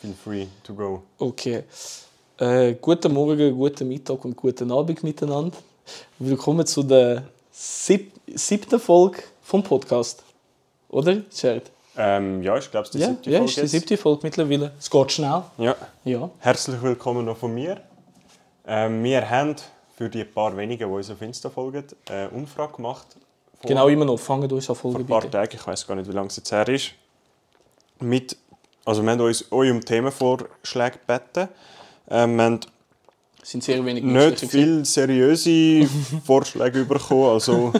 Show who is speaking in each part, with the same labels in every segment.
Speaker 1: feel free to go.
Speaker 2: Okay. Äh, guten Morgen, guten Mittag und guten Abend miteinander. Willkommen zu der sieb siebten Folge vom Podcast. Oder, Jared?
Speaker 1: Ähm, ja, ich glaube, es ist die siebte
Speaker 2: Ja, ja
Speaker 1: Folge
Speaker 2: ist die
Speaker 1: jetzt.
Speaker 2: siebte Folge mittlerweile. Es geht schnell.
Speaker 1: Ja.
Speaker 2: Ja.
Speaker 1: Herzlich willkommen noch von mir. Ähm, wir haben für die paar wenigen, die uns auf Insta folgen, eine Umfrage gemacht. Vor-
Speaker 2: Genau, immer noch. Fangen durch an
Speaker 1: vor
Speaker 2: Folge
Speaker 1: ein paar
Speaker 2: bitte.
Speaker 1: Tagen, ich weiß gar nicht, wie lange es jetzt her ist. Mit, also wir haben uns eurem Themenvorschläge gebeten. Ähm, wir haben
Speaker 2: sind sehr wenig
Speaker 1: nicht
Speaker 2: menschliche
Speaker 1: viel seriöse Vorschläge bekommen. Also,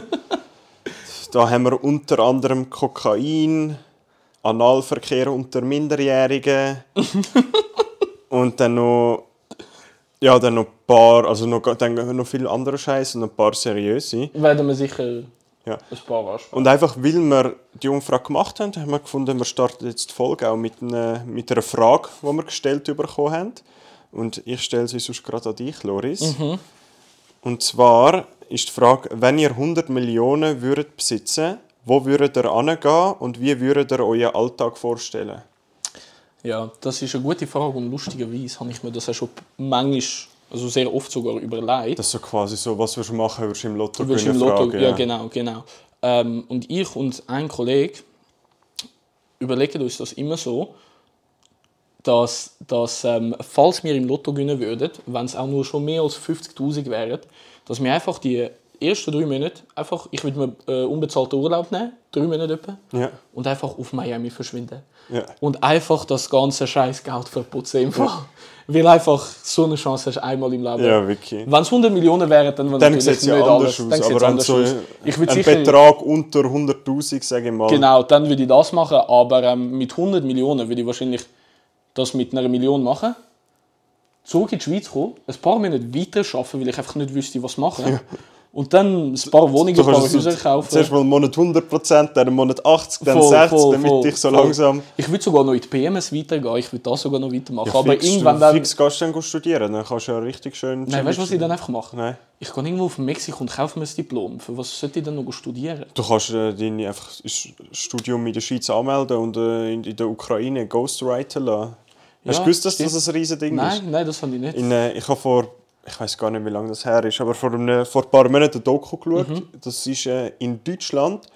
Speaker 1: da haben wir unter anderem Kokain, Analverkehr unter Minderjährigen und dann noch, ja, dann noch ein paar, also noch, dann noch viel andere Scheiße und ein paar seriöse.
Speaker 2: gewesen. Werden wir sicher
Speaker 1: Ja.
Speaker 2: ein paar ansprechen.
Speaker 1: Und einfach, weil wir die Umfrage gemacht haben, haben wir gefunden, wir starten jetzt die Folge auch mit einer, mit einer Frage, die wir gestellt bekommen haben. Und ich stelle sie sonst gerade an dich, Loris.
Speaker 2: Mhm.
Speaker 1: Und zwar ist die Frage, wenn ihr 100 Millionen würdet besitzen, wo würdet ihr hingehen und wie würdet ihr euren Alltag vorstellen?
Speaker 2: Ja, das ist eine gute Frage und lustigerweise habe ich mir das auch schon manchmal, also sehr oft sogar überlegt.
Speaker 1: Das ist so quasi so, was würdest du machen, würdest du im Lotto
Speaker 2: Du willst im
Speaker 1: gewinnen
Speaker 2: Lotto,
Speaker 1: fragen,
Speaker 2: ja genau, genau. Ähm, und ich und ein Kollege überlegen uns das immer so, dass, dass ähm, falls wir im Lotto gewinnen würden, wenn es auch nur schon mehr als 50'000 wären, dass wir einfach die ersten drei Monate einfach, ich würde mir äh, unbezahlten Urlaub nehmen, drei Monate etwa,
Speaker 1: Ja,
Speaker 2: und einfach auf Miami verschwinden.
Speaker 1: ja.
Speaker 2: Und einfach das ganze scheiß Geld verputzen im Fall. Weil einfach so eine Chance hast, einmal im Leben.
Speaker 1: Ja, wirklich.
Speaker 2: Wenn es 100 Millionen wären, dann wäre
Speaker 1: Dann
Speaker 2: natürlich
Speaker 1: sieht es ja
Speaker 2: nicht
Speaker 1: anders
Speaker 2: alles.
Speaker 1: aus.
Speaker 2: Dann sieht's
Speaker 1: Aber wenn
Speaker 2: anders
Speaker 1: so
Speaker 2: aus. Ich
Speaker 1: ein
Speaker 2: würde sicher,
Speaker 1: Betrag unter 100'000, sage ich mal,
Speaker 2: genau, dann würde ich das machen. Aber ähm, mit 100 Millionen würde ich wahrscheinlich das mit einer Million machen. Zurück in die Schweiz kommen, ein paar Monate weiter arbeiten, weil ich einfach nicht wüsste, was machen. Und dann ein paar Wohnungen,
Speaker 1: Du
Speaker 2: ein paar
Speaker 1: kannst
Speaker 2: Häuser
Speaker 1: es
Speaker 2: kaufen.
Speaker 1: zuerst mal einen Monat 100%, dann einen Monat 80%, dann
Speaker 2: Voll,
Speaker 1: 60%,
Speaker 2: voll,
Speaker 1: damit
Speaker 2: voll,
Speaker 1: ich so
Speaker 2: voll.
Speaker 1: langsam...
Speaker 2: Ich würde sogar noch in die PMS weitergehen, ich würde das sogar noch weitermachen.
Speaker 1: Ja,
Speaker 2: aber
Speaker 1: fix,
Speaker 2: irgendwann
Speaker 1: du,
Speaker 2: dann.
Speaker 1: Fix gehst du dann studieren, dann kannst du ja richtig schön...
Speaker 2: Nein, weißt du, was ich dann einfach mache?
Speaker 1: Nein.
Speaker 2: Ich gehe irgendwo auf Mexiko und kaufe mir ein Diplom. Für was sollte ich dann noch studieren?
Speaker 1: Du kannst äh, dein einfach das Studium in der Schweiz anmelden und äh, in, in der Ukraine ghostwriten lassen. Hast
Speaker 2: Ja,
Speaker 1: du gewusst, dass
Speaker 2: stimmt.
Speaker 1: das ein riesen Ding ist?
Speaker 2: Nein, nein, das habe ich nicht.
Speaker 1: In, äh, ich habe vor, ich weiß gar nicht, wie lange das her ist, aber vor, einem, vor ein paar Monaten ein Doku geschaut.
Speaker 2: Mhm.
Speaker 1: Das ist äh, in Deutschland,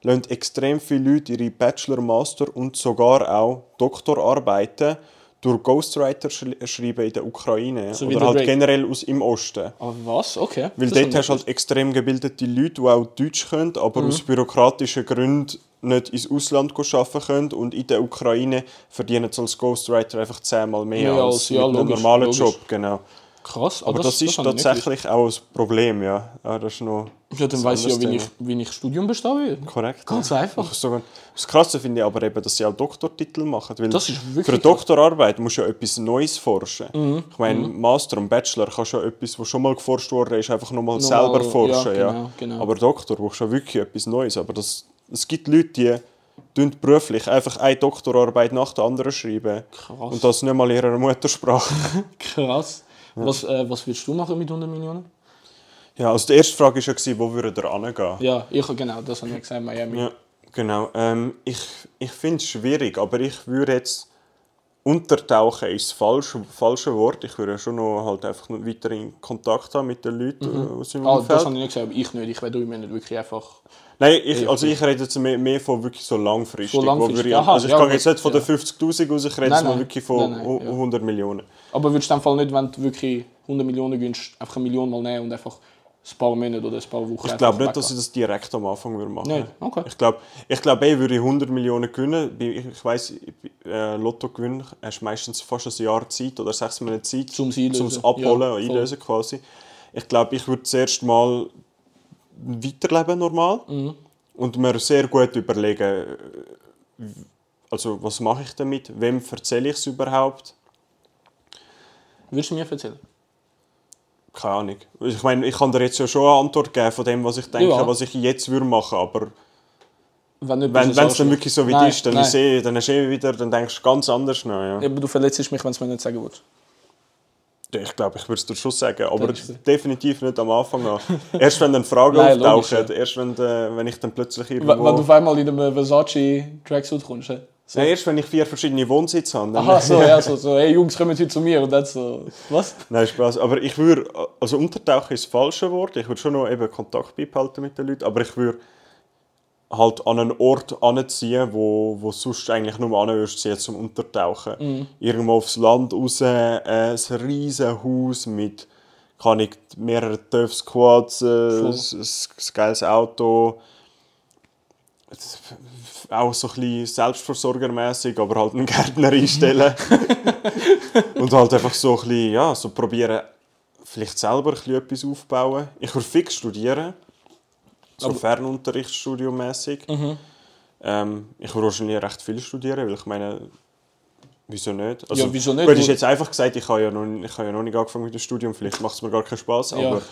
Speaker 1: lassen extrem viele Leute ihre Bachelor, Master und sogar auch Doktorarbeiten durch Ghostwriter schl- schreiben in der Ukraine
Speaker 2: So wie
Speaker 1: oder
Speaker 2: der
Speaker 1: halt
Speaker 2: Drake.
Speaker 1: generell aus im Osten.
Speaker 2: Aber was? Okay.
Speaker 1: Weil
Speaker 2: das
Speaker 1: dort
Speaker 2: habe ich
Speaker 1: hast du halt extrem gebildete Leute, die auch Deutsch können, aber
Speaker 2: Mhm.
Speaker 1: aus bürokratischen Gründen nicht ins Ausland go arbeiten können. Und in der Ukraine verdienen sie als Ghostwriter einfach zehnmal mehr
Speaker 2: Mehr
Speaker 1: als
Speaker 2: als- ja,
Speaker 1: mit einem
Speaker 2: logisch,
Speaker 1: normalen
Speaker 2: logisch.
Speaker 1: Job. Genau.
Speaker 2: nicht- Krass. ah,
Speaker 1: Aber das, ist
Speaker 2: habe ich nicht
Speaker 1: tatsächlich auch ein Problem, ja. ja das ist noch
Speaker 2: gewusst. Ja, dann
Speaker 1: ein
Speaker 2: weiß ich ja,
Speaker 1: anderes
Speaker 2: wie
Speaker 1: Thema.
Speaker 2: ich, wie ich Studium bestehen will.
Speaker 1: Korrekt.
Speaker 2: Ganz einfach.
Speaker 1: Sogar, das Krasse finde ich aber eben, dass sie auch Doktortitel machen. Weil
Speaker 2: Das ist wirklich
Speaker 1: für eine
Speaker 2: krass. Mhm.
Speaker 1: Doktorarbeit musst du ja etwas Neues forschen. Ich meine, Master und Bachelor kannst du ja etwas, was schon mal geforscht wurde, ist, einfach nochmal
Speaker 2: Nochmal,
Speaker 1: selber
Speaker 2: ja,
Speaker 1: forschen. Ja,
Speaker 2: genau, genau.
Speaker 1: Aber Doktor brauchst du ja wirklich etwas Neues. Aber das, es gibt Leute, die tun beruflich einfach eine Doktorarbeit nach der anderen schreiben.
Speaker 2: Krass.
Speaker 1: Und das nicht mal in ihrer Muttersprache.
Speaker 2: Krass. Was, äh, was würdest du machen mit 100 Millionen?
Speaker 1: ja, also die erste Frage war ja, wo würdet ihr hingehen?
Speaker 2: Ja, ich genau, das habe ich gesagt, Miami.
Speaker 1: Ja, genau. Ähm, ich ich finde es schwierig, aber ich würde jetzt untertauchen ist das falsche, falsche Wort. Ich würde ja schon noch halt einfach noch weiter in Kontakt haben mit den Leuten äh, aus dem
Speaker 2: Ah, das
Speaker 1: Umfeld.
Speaker 2: habe ich nicht gesagt, aber ich nicht. Ich werde mir nicht wirklich einfach.
Speaker 1: Nein, ich, also ich rede jetzt mehr, mehr von wirklich so langfristig.
Speaker 2: So
Speaker 1: wo
Speaker 2: langfristig,
Speaker 1: würde ich-
Speaker 2: aha,
Speaker 1: also ich
Speaker 2: ja,
Speaker 1: gehe jetzt
Speaker 2: gut,
Speaker 1: nicht von
Speaker 2: ja.
Speaker 1: den 50'000 aus, ich rede jetzt
Speaker 2: Nein,
Speaker 1: mal
Speaker 2: nein,
Speaker 1: wirklich von
Speaker 2: nein, nein,
Speaker 1: hu-
Speaker 2: ja.
Speaker 1: 100 Millionen.
Speaker 2: Aber würdest du in dem Fall nicht, wenn du wirklich 100 Millionen gönnst, einfach eine Million mal nehmen und einfach ein paar Monate oder ein paar Wochen.
Speaker 1: Ich glaube nicht, dass ich das direkt am Anfang würde machen
Speaker 2: Nein, okay.
Speaker 1: Ich glaube, ich glaub, ey, würde ich 100 Millionen gewinnen, bei- ich, ich weiss, bei, äh, Lotto gewinnen, hast du meistens fast ein Jahr Zeit oder sechs Monate Zeit,
Speaker 2: Zum sie einlösen.
Speaker 1: zum es abholen,
Speaker 2: Ja, voll.
Speaker 1: einlösen quasi. Ich glaube, ich würde zuerst mal weiterleben normal
Speaker 2: Mhm.
Speaker 1: und mir sehr gut überlegen, äh, w- also was mache ich damit, wem erzähle ich es überhaupt,
Speaker 2: Würdest du mir erzählen?
Speaker 1: keine Ahnung. Ich meine, ich kann dir jetzt ja schon eine Antwort geben von dem, was ich denke,
Speaker 2: Ja.
Speaker 1: was ich jetzt würde machen, aber...
Speaker 2: Wenn nicht,
Speaker 1: Wenn
Speaker 2: bist
Speaker 1: es
Speaker 2: du
Speaker 1: dann
Speaker 2: Arschloch.
Speaker 1: wirklich so weit
Speaker 2: Nein,
Speaker 1: ist, dann,
Speaker 2: nein.
Speaker 1: ist eh, dann ist eh wieder, dann denkst du ganz anders nach. Ja.
Speaker 2: Ja, Aber du verletzt mich, wenn es mir nicht sagen willst.
Speaker 1: Ich glaube, ich würde es dir schon sagen, aber
Speaker 2: Denkst du?
Speaker 1: definitiv nicht am Anfang an. Erst wenn dann Fragen
Speaker 2: Nein,
Speaker 1: auftauchen,
Speaker 2: logisch,
Speaker 1: eh, erst wenn, äh, wenn ich dann plötzlich
Speaker 2: Wenn, wenn du
Speaker 1: irgendwo...
Speaker 2: auf einmal in einem Versace Tracksuit kommst. hä?
Speaker 1: Nein, erst wenn ich vier verschiedene Wohnsitze habe. dann-
Speaker 2: Aha, so, ja, so, so, hey Jungs, kommt heute zu mir und dann so, was?
Speaker 1: Nein, Spaß. Aber ich würde, also untertauchen ist das falsche Wort. Ich würde schon noch eben Kontakt beibehalten mit den Leuten, aber ich würde halt an einen Ort anziehen, wo, wo sonst eigentlich nur an würdest ziehen zum Untertauchen. Irgendwo aufs Land raus, äh, ein riesen Haus mit kann ich mehrere Töpfe Squads, äh, ein, ein geiles Auto. Das- Auch so ein bisschen selbstversorgermäßig, aber halt einen Gärtner einstellen. Und halt einfach so ein bisschen, ja, so probieren, vielleicht selber ein bisschen etwas aufbauen. Ich würde fix studieren. So
Speaker 2: Aber- Mhm.
Speaker 1: Fernunterrichtsstudium-mässig. Ähm, ich würde wahrscheinlich recht viel studieren, weil ich meine, wieso nicht? Also,
Speaker 2: wieso nicht?
Speaker 1: Gut, ist
Speaker 2: Du-
Speaker 1: jetzt einfach gesagt, ich habe ja noch, ich habe ja noch nicht angefangen mit dem Studium, vielleicht macht es mir gar keinen Spaß,
Speaker 2: Ja.
Speaker 1: aber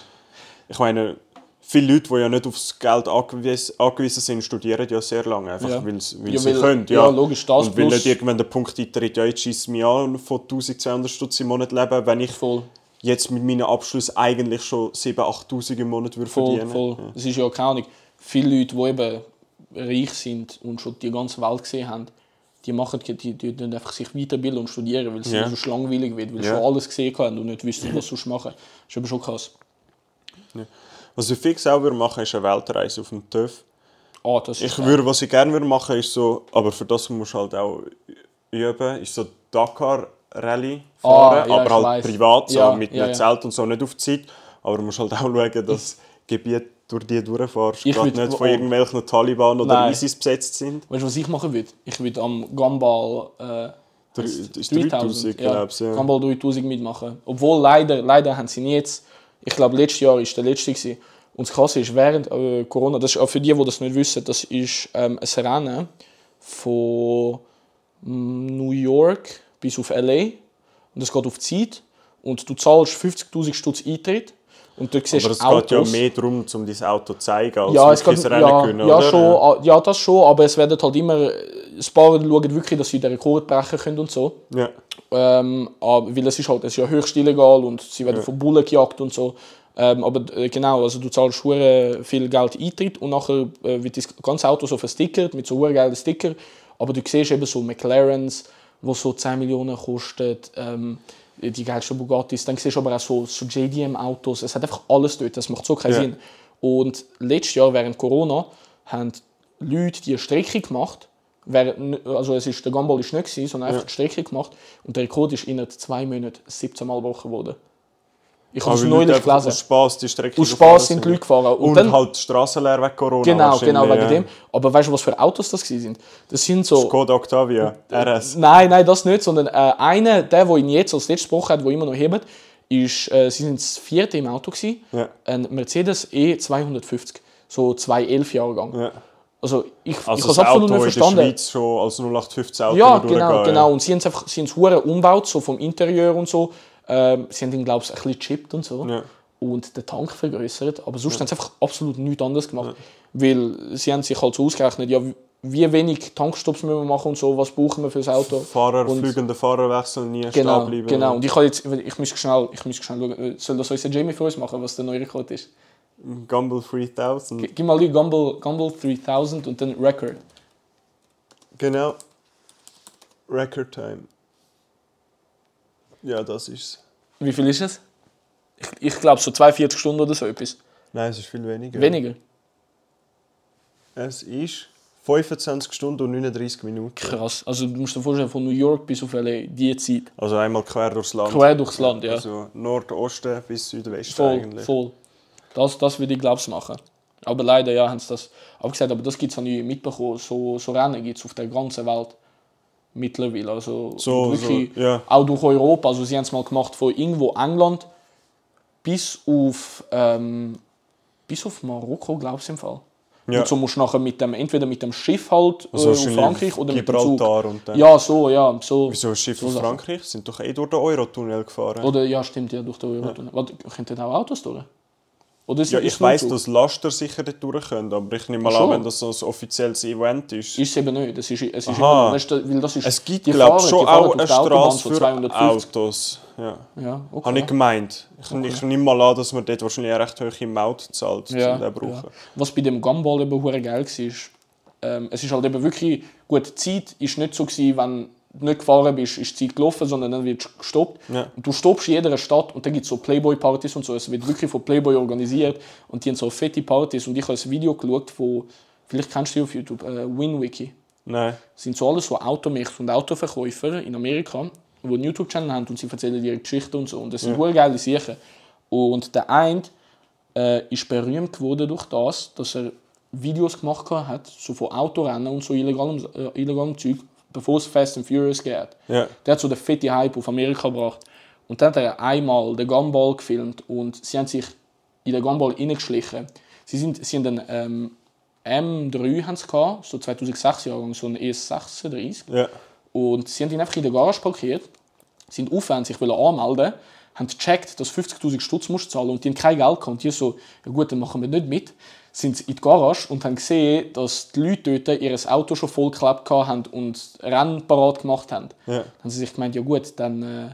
Speaker 1: ich meine, viele Leute, die ja nicht aufs Geld angewies, angewiesen sind, studieren ja sehr lange, einfach
Speaker 2: Ja.
Speaker 1: weil's, weil
Speaker 2: Ja,
Speaker 1: sie
Speaker 2: weil-
Speaker 1: können.
Speaker 2: ja, logisch, das
Speaker 1: Und weil
Speaker 2: plus-
Speaker 1: nicht irgendwann der Punkt eintritt, ja, jetzt scheisse mich an, von 1200 Stutz im Monat leben, wenn ich
Speaker 2: Voll,
Speaker 1: jetzt mit meinen Abschluss eigentlich schon 7'000, 8'000 im Monat würde
Speaker 2: voll,
Speaker 1: verdienen.
Speaker 2: voll. Es ist ne? ja keine Ahnung, viele Leute, die eben reich sind und schon die ganze Welt gesehen haben, die machen, die, die, die tun einfach sich weiterbilden und studieren, weil es
Speaker 1: Ja.
Speaker 2: ihnen sonst langweilig wird, weil sie
Speaker 1: Ja.
Speaker 2: schon alles gesehen haben und nicht wissen, was sonst machen. Das ist aber schon krass.
Speaker 1: Was ich fix auch würde machen, ist eine Weltreise auf dem TÜV.
Speaker 2: Ah, das ist
Speaker 1: Ich würde, was ich gerne würde machen, ist so, aber für das musst du halt auch üben, ist so Dakar Rallye fahren,
Speaker 2: Ah, ja, ich
Speaker 1: aber halt
Speaker 2: weiss.
Speaker 1: privat, so
Speaker 2: Ja,
Speaker 1: mit
Speaker 2: ja,
Speaker 1: einem
Speaker 2: ja.
Speaker 1: Zelt und so, nicht auf die Zeit. Aber du musst halt auch schauen, dass Gebiete durch die durchfährst,
Speaker 2: Ich
Speaker 1: gerade
Speaker 2: würd-
Speaker 1: nicht von irgendwelchen Taliban oder
Speaker 2: Nein.
Speaker 1: ISIS besetzt sind.
Speaker 2: Weißt du, was ich machen würde? Ich würde am Gumball äh,
Speaker 1: Dr-
Speaker 2: heisst
Speaker 1: ist 3000, glaub's, ja.
Speaker 2: Gumball 3000 mitmachen. Obwohl, leider, leider haben sie ihn jetzt, ich glaube, letztes Jahr war der letzte. Gewesen. Und das Krasse ist, während äh, Corona, das ist auch für die, die das nicht wissen, das ist ähm, ein Rennen von mm, New York bis auf L.A. Und das geht auf die Zeit. Und du zahlst 50'000 Stutz Eintritt. Und dort siehst
Speaker 1: Aber es
Speaker 2: du
Speaker 1: geht ja
Speaker 2: Autos.
Speaker 1: mehr darum, um dein Auto zu zeigen, als
Speaker 2: Ja, es
Speaker 1: wirklich ein
Speaker 2: geht,
Speaker 1: Rennen
Speaker 2: ja,
Speaker 1: gewinnen,
Speaker 2: ja,
Speaker 1: oder?
Speaker 2: schon, ah, ja, das schon, aber es werden halt immer, äh, ein paar schauen wirklich, dass sie den Rekord brechen können und so.
Speaker 1: Ja.
Speaker 2: Ähm, aber, weil es ist halt, es ist ja höchst illegal und sie werden von Bullen gejagt und so. Ähm, aber äh, genau, also du zahlst hure viel Geld Eintritt und nachher äh, wird das ganze Auto so verstickert mit so hure geilen Sticker. Aber du siehst eben so McLarens, wo so 10 Millionen kostet, ähm, die geilsten Bugattis. Dann siehst du aber auch so, so JDM-Autos. Es hat einfach alles dort, das macht so keinen
Speaker 1: Ja.
Speaker 2: Sinn. Und letztes Jahr während Corona haben Leute die Strecke gemacht. Während, also es ist, der Gumball ist nicht, gewesen, sondern einfach die Strecke gemacht. Und der Rekord ist innerhalb zwei Monaten 17 Mal gebrochen worden. Ich habe
Speaker 1: Aber
Speaker 2: es
Speaker 1: weil Leute
Speaker 2: neulich
Speaker 1: einfach
Speaker 2: gelesen.
Speaker 1: Aus Spass, die Strecke
Speaker 2: Aus
Speaker 1: gefahren
Speaker 2: Spaß sind die Leute gefahren. Und,
Speaker 1: Und,
Speaker 2: dann,
Speaker 1: halt die Straße leer wegen Corona
Speaker 2: genau, genau, wegen
Speaker 1: wahrscheinlich,
Speaker 2: dem. Aber weißt du, was für Autos das gewesen sind? Das sind so...
Speaker 1: Skoda Octavia,
Speaker 2: äh,
Speaker 1: RS.
Speaker 2: Nein, nein, das nicht, sondern äh, einer, der, der ihn jetzt als letztes Woche hat, der immer noch hebt, ist, äh, sie sind das vierte im Auto gewesen,
Speaker 1: Ja.
Speaker 2: ein Mercedes E250, so 211 Jahrgang.
Speaker 1: Ja.
Speaker 2: Also ich, ich
Speaker 1: Also
Speaker 2: habe es
Speaker 1: das
Speaker 2: absolut
Speaker 1: Auto in
Speaker 2: nicht
Speaker 1: der
Speaker 2: verstanden.
Speaker 1: Schweiz schon als 0815 Auto
Speaker 2: Ja,
Speaker 1: durchgehen,
Speaker 2: genau, genau. Und sie haben es einfach, sie haben es hure umgebaut, so vom Interieur und so. Ähm, sie haben ihn, glaube ich, ein bisschen gechippt und so.
Speaker 1: Ja.
Speaker 2: Und den Tank vergrößert. Aber sonst haben sie einfach absolut nichts anderes gemacht. Weil sie haben sich halt so ausgerechnet, ja, wie wenig Tankstops müssen wir machen und so, was brauchen wir fürs Auto.
Speaker 1: Fahrer,
Speaker 2: Und-
Speaker 1: fliegende Fahrer wechseln, nie
Speaker 2: Genau,
Speaker 1: stehen bleiben.
Speaker 2: genau. Und ich, habe jetzt, ich muss schnell, ich muss schnell schauen, äh, soll das unser Jamie für uns machen, was der neue Rekord ist?
Speaker 1: Gumball 3000.
Speaker 2: G- Gib mal die Gumball, Gumball 3000 und dann Record.
Speaker 1: genau. Record Time. Ja, das ist
Speaker 2: Wie viel ist es? Ich, ich glaube so 42 Stunden oder so etwas.
Speaker 1: Nein, es ist viel weniger.
Speaker 2: Weniger.
Speaker 1: Es ist 25 Stunden und 39 Minuten.
Speaker 2: Krass. Also du musst dir vorstellen, von New York bis auf LA, die Zeit.
Speaker 1: Also einmal quer durchs Land.
Speaker 2: Quer durchs Land, ja.
Speaker 1: Also Nordosten bis Südwesten
Speaker 2: Voll,
Speaker 1: eigentlich.
Speaker 2: voll. Das, das würde ich glaube ich machen. Aber leider ja, haben sie das abgesagt. Aber das gibt es nie mitbekommen. So, so Rennen gibt es auf der ganzen Welt mittlerweile. Also
Speaker 1: So, so,
Speaker 2: wirklich
Speaker 1: ja.
Speaker 2: auch durch Europa. Also sie haben es mal gemacht von irgendwo England bis auf, ähm, bis auf Marokko, glaube ich im Fall.
Speaker 1: Ja.
Speaker 2: Und so musst du nachher mit dem, entweder mit dem Schiff halt
Speaker 1: Also
Speaker 2: äh, auf
Speaker 1: wahrscheinlich
Speaker 2: Frankreich oder mit dem Zug.
Speaker 1: Gibraltar und dann.
Speaker 2: Ja, so, ja. So.
Speaker 1: Wieso ein Schiff
Speaker 2: so
Speaker 1: auf
Speaker 2: Sachen.
Speaker 1: Frankreich? Sind doch eh durch den Eurotunnel gefahren.
Speaker 2: Oder ja, stimmt, ja, durch den Eurotunnel. Warte, können denn auch Autos durch? Oder ist,
Speaker 1: Ja,
Speaker 2: ist
Speaker 1: ich
Speaker 2: nur
Speaker 1: weiss,
Speaker 2: Zug?
Speaker 1: dass Laster sicher dort durch können, aber ich nehme mal
Speaker 2: Ach so.
Speaker 1: an, wenn das so ein offizielles Event ist.
Speaker 2: Ist es eben nicht. Es ist, es ist
Speaker 1: Aha.
Speaker 2: immer, weißt du, weil das ist,
Speaker 1: es gibt,
Speaker 2: die
Speaker 1: glaube
Speaker 2: fahren-
Speaker 1: ich, schon
Speaker 2: die fahren
Speaker 1: auch
Speaker 2: auf
Speaker 1: eine
Speaker 2: der Autobahn
Speaker 1: Straße
Speaker 2: so
Speaker 1: für
Speaker 2: 250.
Speaker 1: Autos. Ja.
Speaker 2: Ja, okay.
Speaker 1: Habe ich gemeint. Ich, ich nehme mal an, dass man dort wahrscheinlich eine recht hohe Maut zahlt,
Speaker 2: ja,
Speaker 1: um den zu
Speaker 2: ja.
Speaker 1: brauchen.
Speaker 2: Was bei dem Gumball eben hure geil war, ist, ähm, es ist halt eben wirklich gut. Die Zeit ist nicht so gewesen, wenn du nicht gefahren bist, ist die Zeit gelaufen, sondern dann wird gestoppt.
Speaker 1: Ja.
Speaker 2: Und du stoppst in jeder Stadt und dann gibt es so Playboy-Partys und so. Es wird wirklich von Playboy organisiert und die haben so fette Partys. Und ich habe ein Video geschaut, wo, vielleicht kennst du die auf YouTube, äh, WinWiki.
Speaker 1: Nein.
Speaker 2: Das sind so alles so Automechs und Autoverkäufer in Amerika, die einen YouTube-Channel haben und sie erzählen ihre Geschichten und so. Und das sind ja. geile Sachen. Und der eine äh, ist berühmt geworden durch das, dass er Videos gemacht hat, so von Autorennen und so illegalem, äh, illegalem Zeug, bevor es Fast and Furious gab.
Speaker 1: Ja.
Speaker 2: Der hat so den fetten Hype auf Amerika gebracht. Und dann hat er einmal den Gumball gefilmt und sie haben sich in den Gumball reingeschlichen. Sie, sind, sie haben einen ähm, M3 haben sie gehabt, so 2006 Jahrgang, so einen ES36.
Speaker 1: Ja.
Speaker 2: Und sie haben ihn einfach in der Garage parkiert, sind auf, haben sich wollen anmelden, haben gecheckt, dass 50.000 Stutz musst zahlen und die haben kein Geld gehabt. Und die so, ja gut, dann machen wir nicht mit. Sind in die Garage und haben gesehen, dass die Leute dort ihr Auto schon vollgeklebt gehabt haben und Rennen parat gemacht haben.
Speaker 1: Ja.
Speaker 2: Dann haben sie sich gemeint, ja gut, dann äh,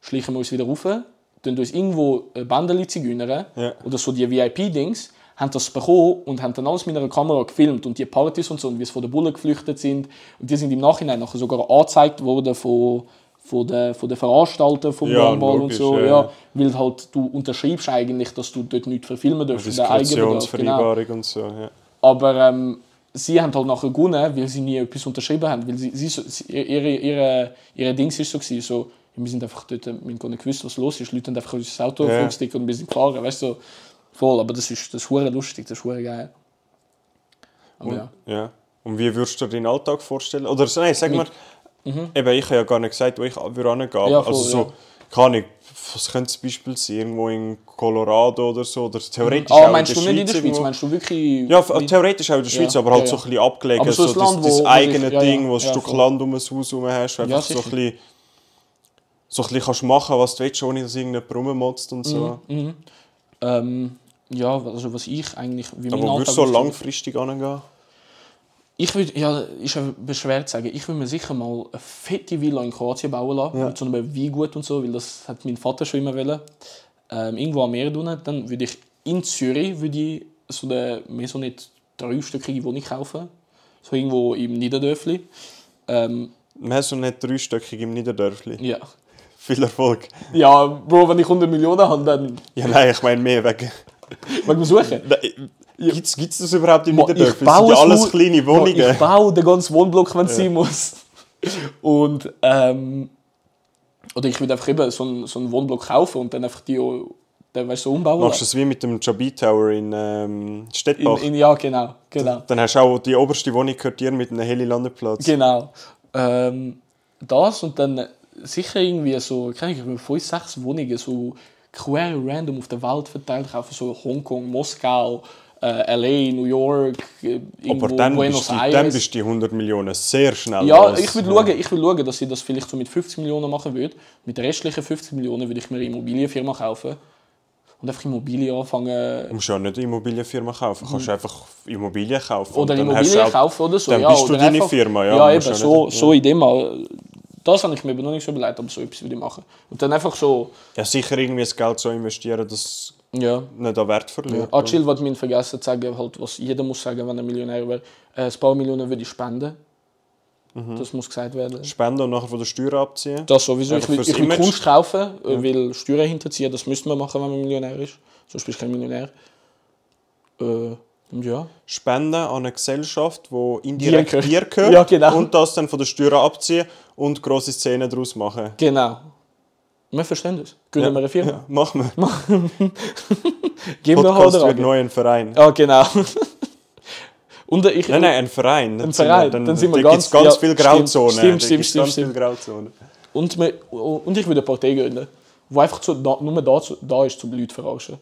Speaker 2: schleichen wir uns wieder rauf, tun uns irgendwo äh, Bändeli zigünnern
Speaker 1: Ja.
Speaker 2: oder so die VIP-Dings, haben das bekommen und haben dann alles mit einer Kamera gefilmt und die Partys und so und wie sie von der Bullen geflüchtet sind. Und die sind im Nachhinein nachher sogar angezeigt worden von, von den von den Veranstaltern vom
Speaker 1: Ja,
Speaker 2: Gumball und so.
Speaker 1: logisch,
Speaker 2: Ja.
Speaker 1: ja.
Speaker 2: Weil halt du unterschreibst eigentlich, dass du dort nichts verfilmen darfst. in der Eigenbedarf, genau.
Speaker 1: Diskussionsvereinbarung und so. Ja.
Speaker 2: Aber ähm, sie haben halt nachher gewonnen, weil sie nie etwas unterschrieben haben. Weil sie, sie, so- sie, ihre, ihre, ihre Dings ist so, gewesen, so wir sind einfach dort, äh, wir haben gar nicht gewusst, was los ist. Leute haben einfach unser Auto
Speaker 1: Ja.
Speaker 2: yeah. und wir sind gefahren, weißt du. So. Voll, aber das ist, das ist hure lustig, das ist hure geil. Aber ja.
Speaker 1: Ja. Und wie würdest du dir deinen Alltag vorstellen? Oder nein, sag mal, eben, ich habe ja gar nicht gesagt, wo ich würde angehen.
Speaker 2: Mhm. Ja, voll,
Speaker 1: also so,
Speaker 2: ja.
Speaker 1: keine Ahnung, was könnte das Beispiel sein? Irgendwo in Colorado oder so? Oder theoretisch
Speaker 2: Ah,
Speaker 1: auch
Speaker 2: meinst du
Speaker 1: in der
Speaker 2: nicht in der Schweiz?
Speaker 1: irgendwo.
Speaker 2: Meinst du wirklich.
Speaker 1: ja, f- theoretisch auch in der Schweiz, aber halt
Speaker 2: ja,
Speaker 1: so
Speaker 2: ja.
Speaker 1: ein bisschen abgelegen.
Speaker 2: Aber so
Speaker 1: so
Speaker 2: ein
Speaker 1: das,
Speaker 2: Land,
Speaker 1: das
Speaker 2: wo- wo
Speaker 1: eigene
Speaker 2: sich- ja, ja,
Speaker 1: Ding, wo ein
Speaker 2: ja,
Speaker 1: Stück
Speaker 2: voll.
Speaker 1: Land um ein Haus herum hast. Einfach so ein
Speaker 2: sicher.
Speaker 1: bisschen, so ein bisschen kannst machen, was du willst, ohne dass irgendjemand rummotzt und
Speaker 2: Mhm.
Speaker 1: so.
Speaker 2: ähm, ja, also was ich eigentlich. Wie mein
Speaker 1: Aber
Speaker 2: Alltag
Speaker 1: würdest du so
Speaker 2: aussieht.
Speaker 1: langfristig angehen?
Speaker 2: Ich würde, ja, ist ja beschwert zu sagen, ich würde mir sicher mal eine fette Villa in Kroatien bauen lassen, mit so einem Weingut und so, weil das hat mein Vater schon immer wollen. Ähm, irgendwo am Meer unten, dann würde ich in Zürich würde ich so eine Maisonette dreistöckige Wohnung kaufen, so irgendwo im Niederdörfli. Ähm,
Speaker 1: Wir haben so nicht dreistöckig im Niederdörfli.
Speaker 2: ja.
Speaker 1: Viel Erfolg.
Speaker 2: ja, Bro, wenn ich 100 Millionen habe, dann
Speaker 1: Ja, nein, ich meine mehr wegen.
Speaker 2: mag ich suchen.
Speaker 1: Gibt's, gibt's das überhaupt in
Speaker 2: Ma-
Speaker 1: Niederdörfli? Das
Speaker 2: baue
Speaker 1: sind ja
Speaker 2: ein
Speaker 1: alles
Speaker 2: Haus-
Speaker 1: kleine Wohnungen.
Speaker 2: Ja, Oh, ich baue den ganzen Wohnblock, wenn es sein muss. Und, ähm, oder ich würde einfach eben so einen, so einen Wohnblock kaufen und dann einfach die auch- dann, weißt, du, so umbauen.
Speaker 1: Machst du es wie mit dem Jabi Tower in ähm,
Speaker 2: in,
Speaker 1: Stettbach?
Speaker 2: in, ja, genau. genau.
Speaker 1: Dann hast du auch die oberste Wohnung gehört dir mit einem Heli-Landeplatz.
Speaker 2: Genau. Ähm, das und dann sicher irgendwie so, keine Ahnung, ich habe fünf, sechs Wohnungen so quer random auf der Welt verteilt kaufen, so Hongkong, Moskau, äh, LA, New York, äh, irgendwo
Speaker 1: Aber dann
Speaker 2: Buenos
Speaker 1: bist, du,
Speaker 2: Aires.
Speaker 1: dann bist du die 100 Millionen sehr schnell
Speaker 2: Ja,
Speaker 1: los.
Speaker 2: ich würde schauen, ich würd schauen, dass ich das vielleicht so mit 50 Millionen machen würde. Mit den restlichen 50 Millionen würde ich mir eine Immobilienfirma kaufen und einfach Immobilien anfangen.
Speaker 1: Du musst ja nicht eine Immobilienfirma kaufen. Du kannst einfach Immobilien kaufen. und
Speaker 2: Mhm. Oder
Speaker 1: dann hast du
Speaker 2: Immobilien
Speaker 1: auch-
Speaker 2: kaufen oder so.
Speaker 1: dann
Speaker 2: ja,
Speaker 1: bist du
Speaker 2: oder
Speaker 1: deine Firma, ja,
Speaker 2: Ja, eben,
Speaker 1: musst ja
Speaker 2: so,
Speaker 1: nicht-
Speaker 2: so in dem Fall. Das habe ich mir eben noch nicht so überlegt, aber so etwas würde ich machen. Und dann einfach so,
Speaker 1: Ja, sicher irgendwie das Geld so investieren, dass
Speaker 2: ja.
Speaker 1: es nicht an Wert verliert.
Speaker 2: Ah, Chill wird mir vergessen zu sagen, halt, was jeder muss sagen, wenn er Millionär wäre. Äh, ein paar Millionen würde ich spenden.
Speaker 1: Mhm.
Speaker 2: Das muss gesagt werden.
Speaker 1: Spenden und nachher von der Steuer abziehen.
Speaker 2: Das sowieso. Ich
Speaker 1: Einfach
Speaker 2: will,
Speaker 1: fürs
Speaker 2: ich will
Speaker 1: Image.
Speaker 2: Kunst kaufen, äh, will Steuern hinterziehen. Das müsste man machen, wenn man Millionär ist. Sonst bist du kein Millionär. Äh, und ja.
Speaker 1: spenden an eine Gesellschaft, wo indirekt
Speaker 2: Dir gehört.
Speaker 1: dir gehört
Speaker 2: Ja, genau.
Speaker 1: und das dann von der Steuer abziehen und grosse Szenen daraus machen.
Speaker 2: Genau. Wir verstehen das. Gründen wir eine Firma.
Speaker 1: Mach mal.
Speaker 2: Geben wir
Speaker 1: Podcast wird
Speaker 2: Holder
Speaker 1: neu ein Verein.
Speaker 2: Ja, genau. und äh, ich,
Speaker 1: Nein, nein, ein Verein. Dann
Speaker 2: Ein
Speaker 1: sind
Speaker 2: Verein,
Speaker 1: wir-
Speaker 2: dann sind wir
Speaker 1: da gibt's
Speaker 2: ganz-
Speaker 1: ganz
Speaker 2: ja,
Speaker 1: viel
Speaker 2: stimmt,
Speaker 1: Grauzonen.
Speaker 2: stimmt,
Speaker 1: Da
Speaker 2: stimmt,
Speaker 1: gibt's
Speaker 2: stimmt,
Speaker 1: ganz
Speaker 2: stimmt.
Speaker 1: viel Grauzonen.
Speaker 2: Und, wir, und ich würde eine Partei gründen, die einfach zu, da, nur da, zu- da ist, um die Leute zu verarschen.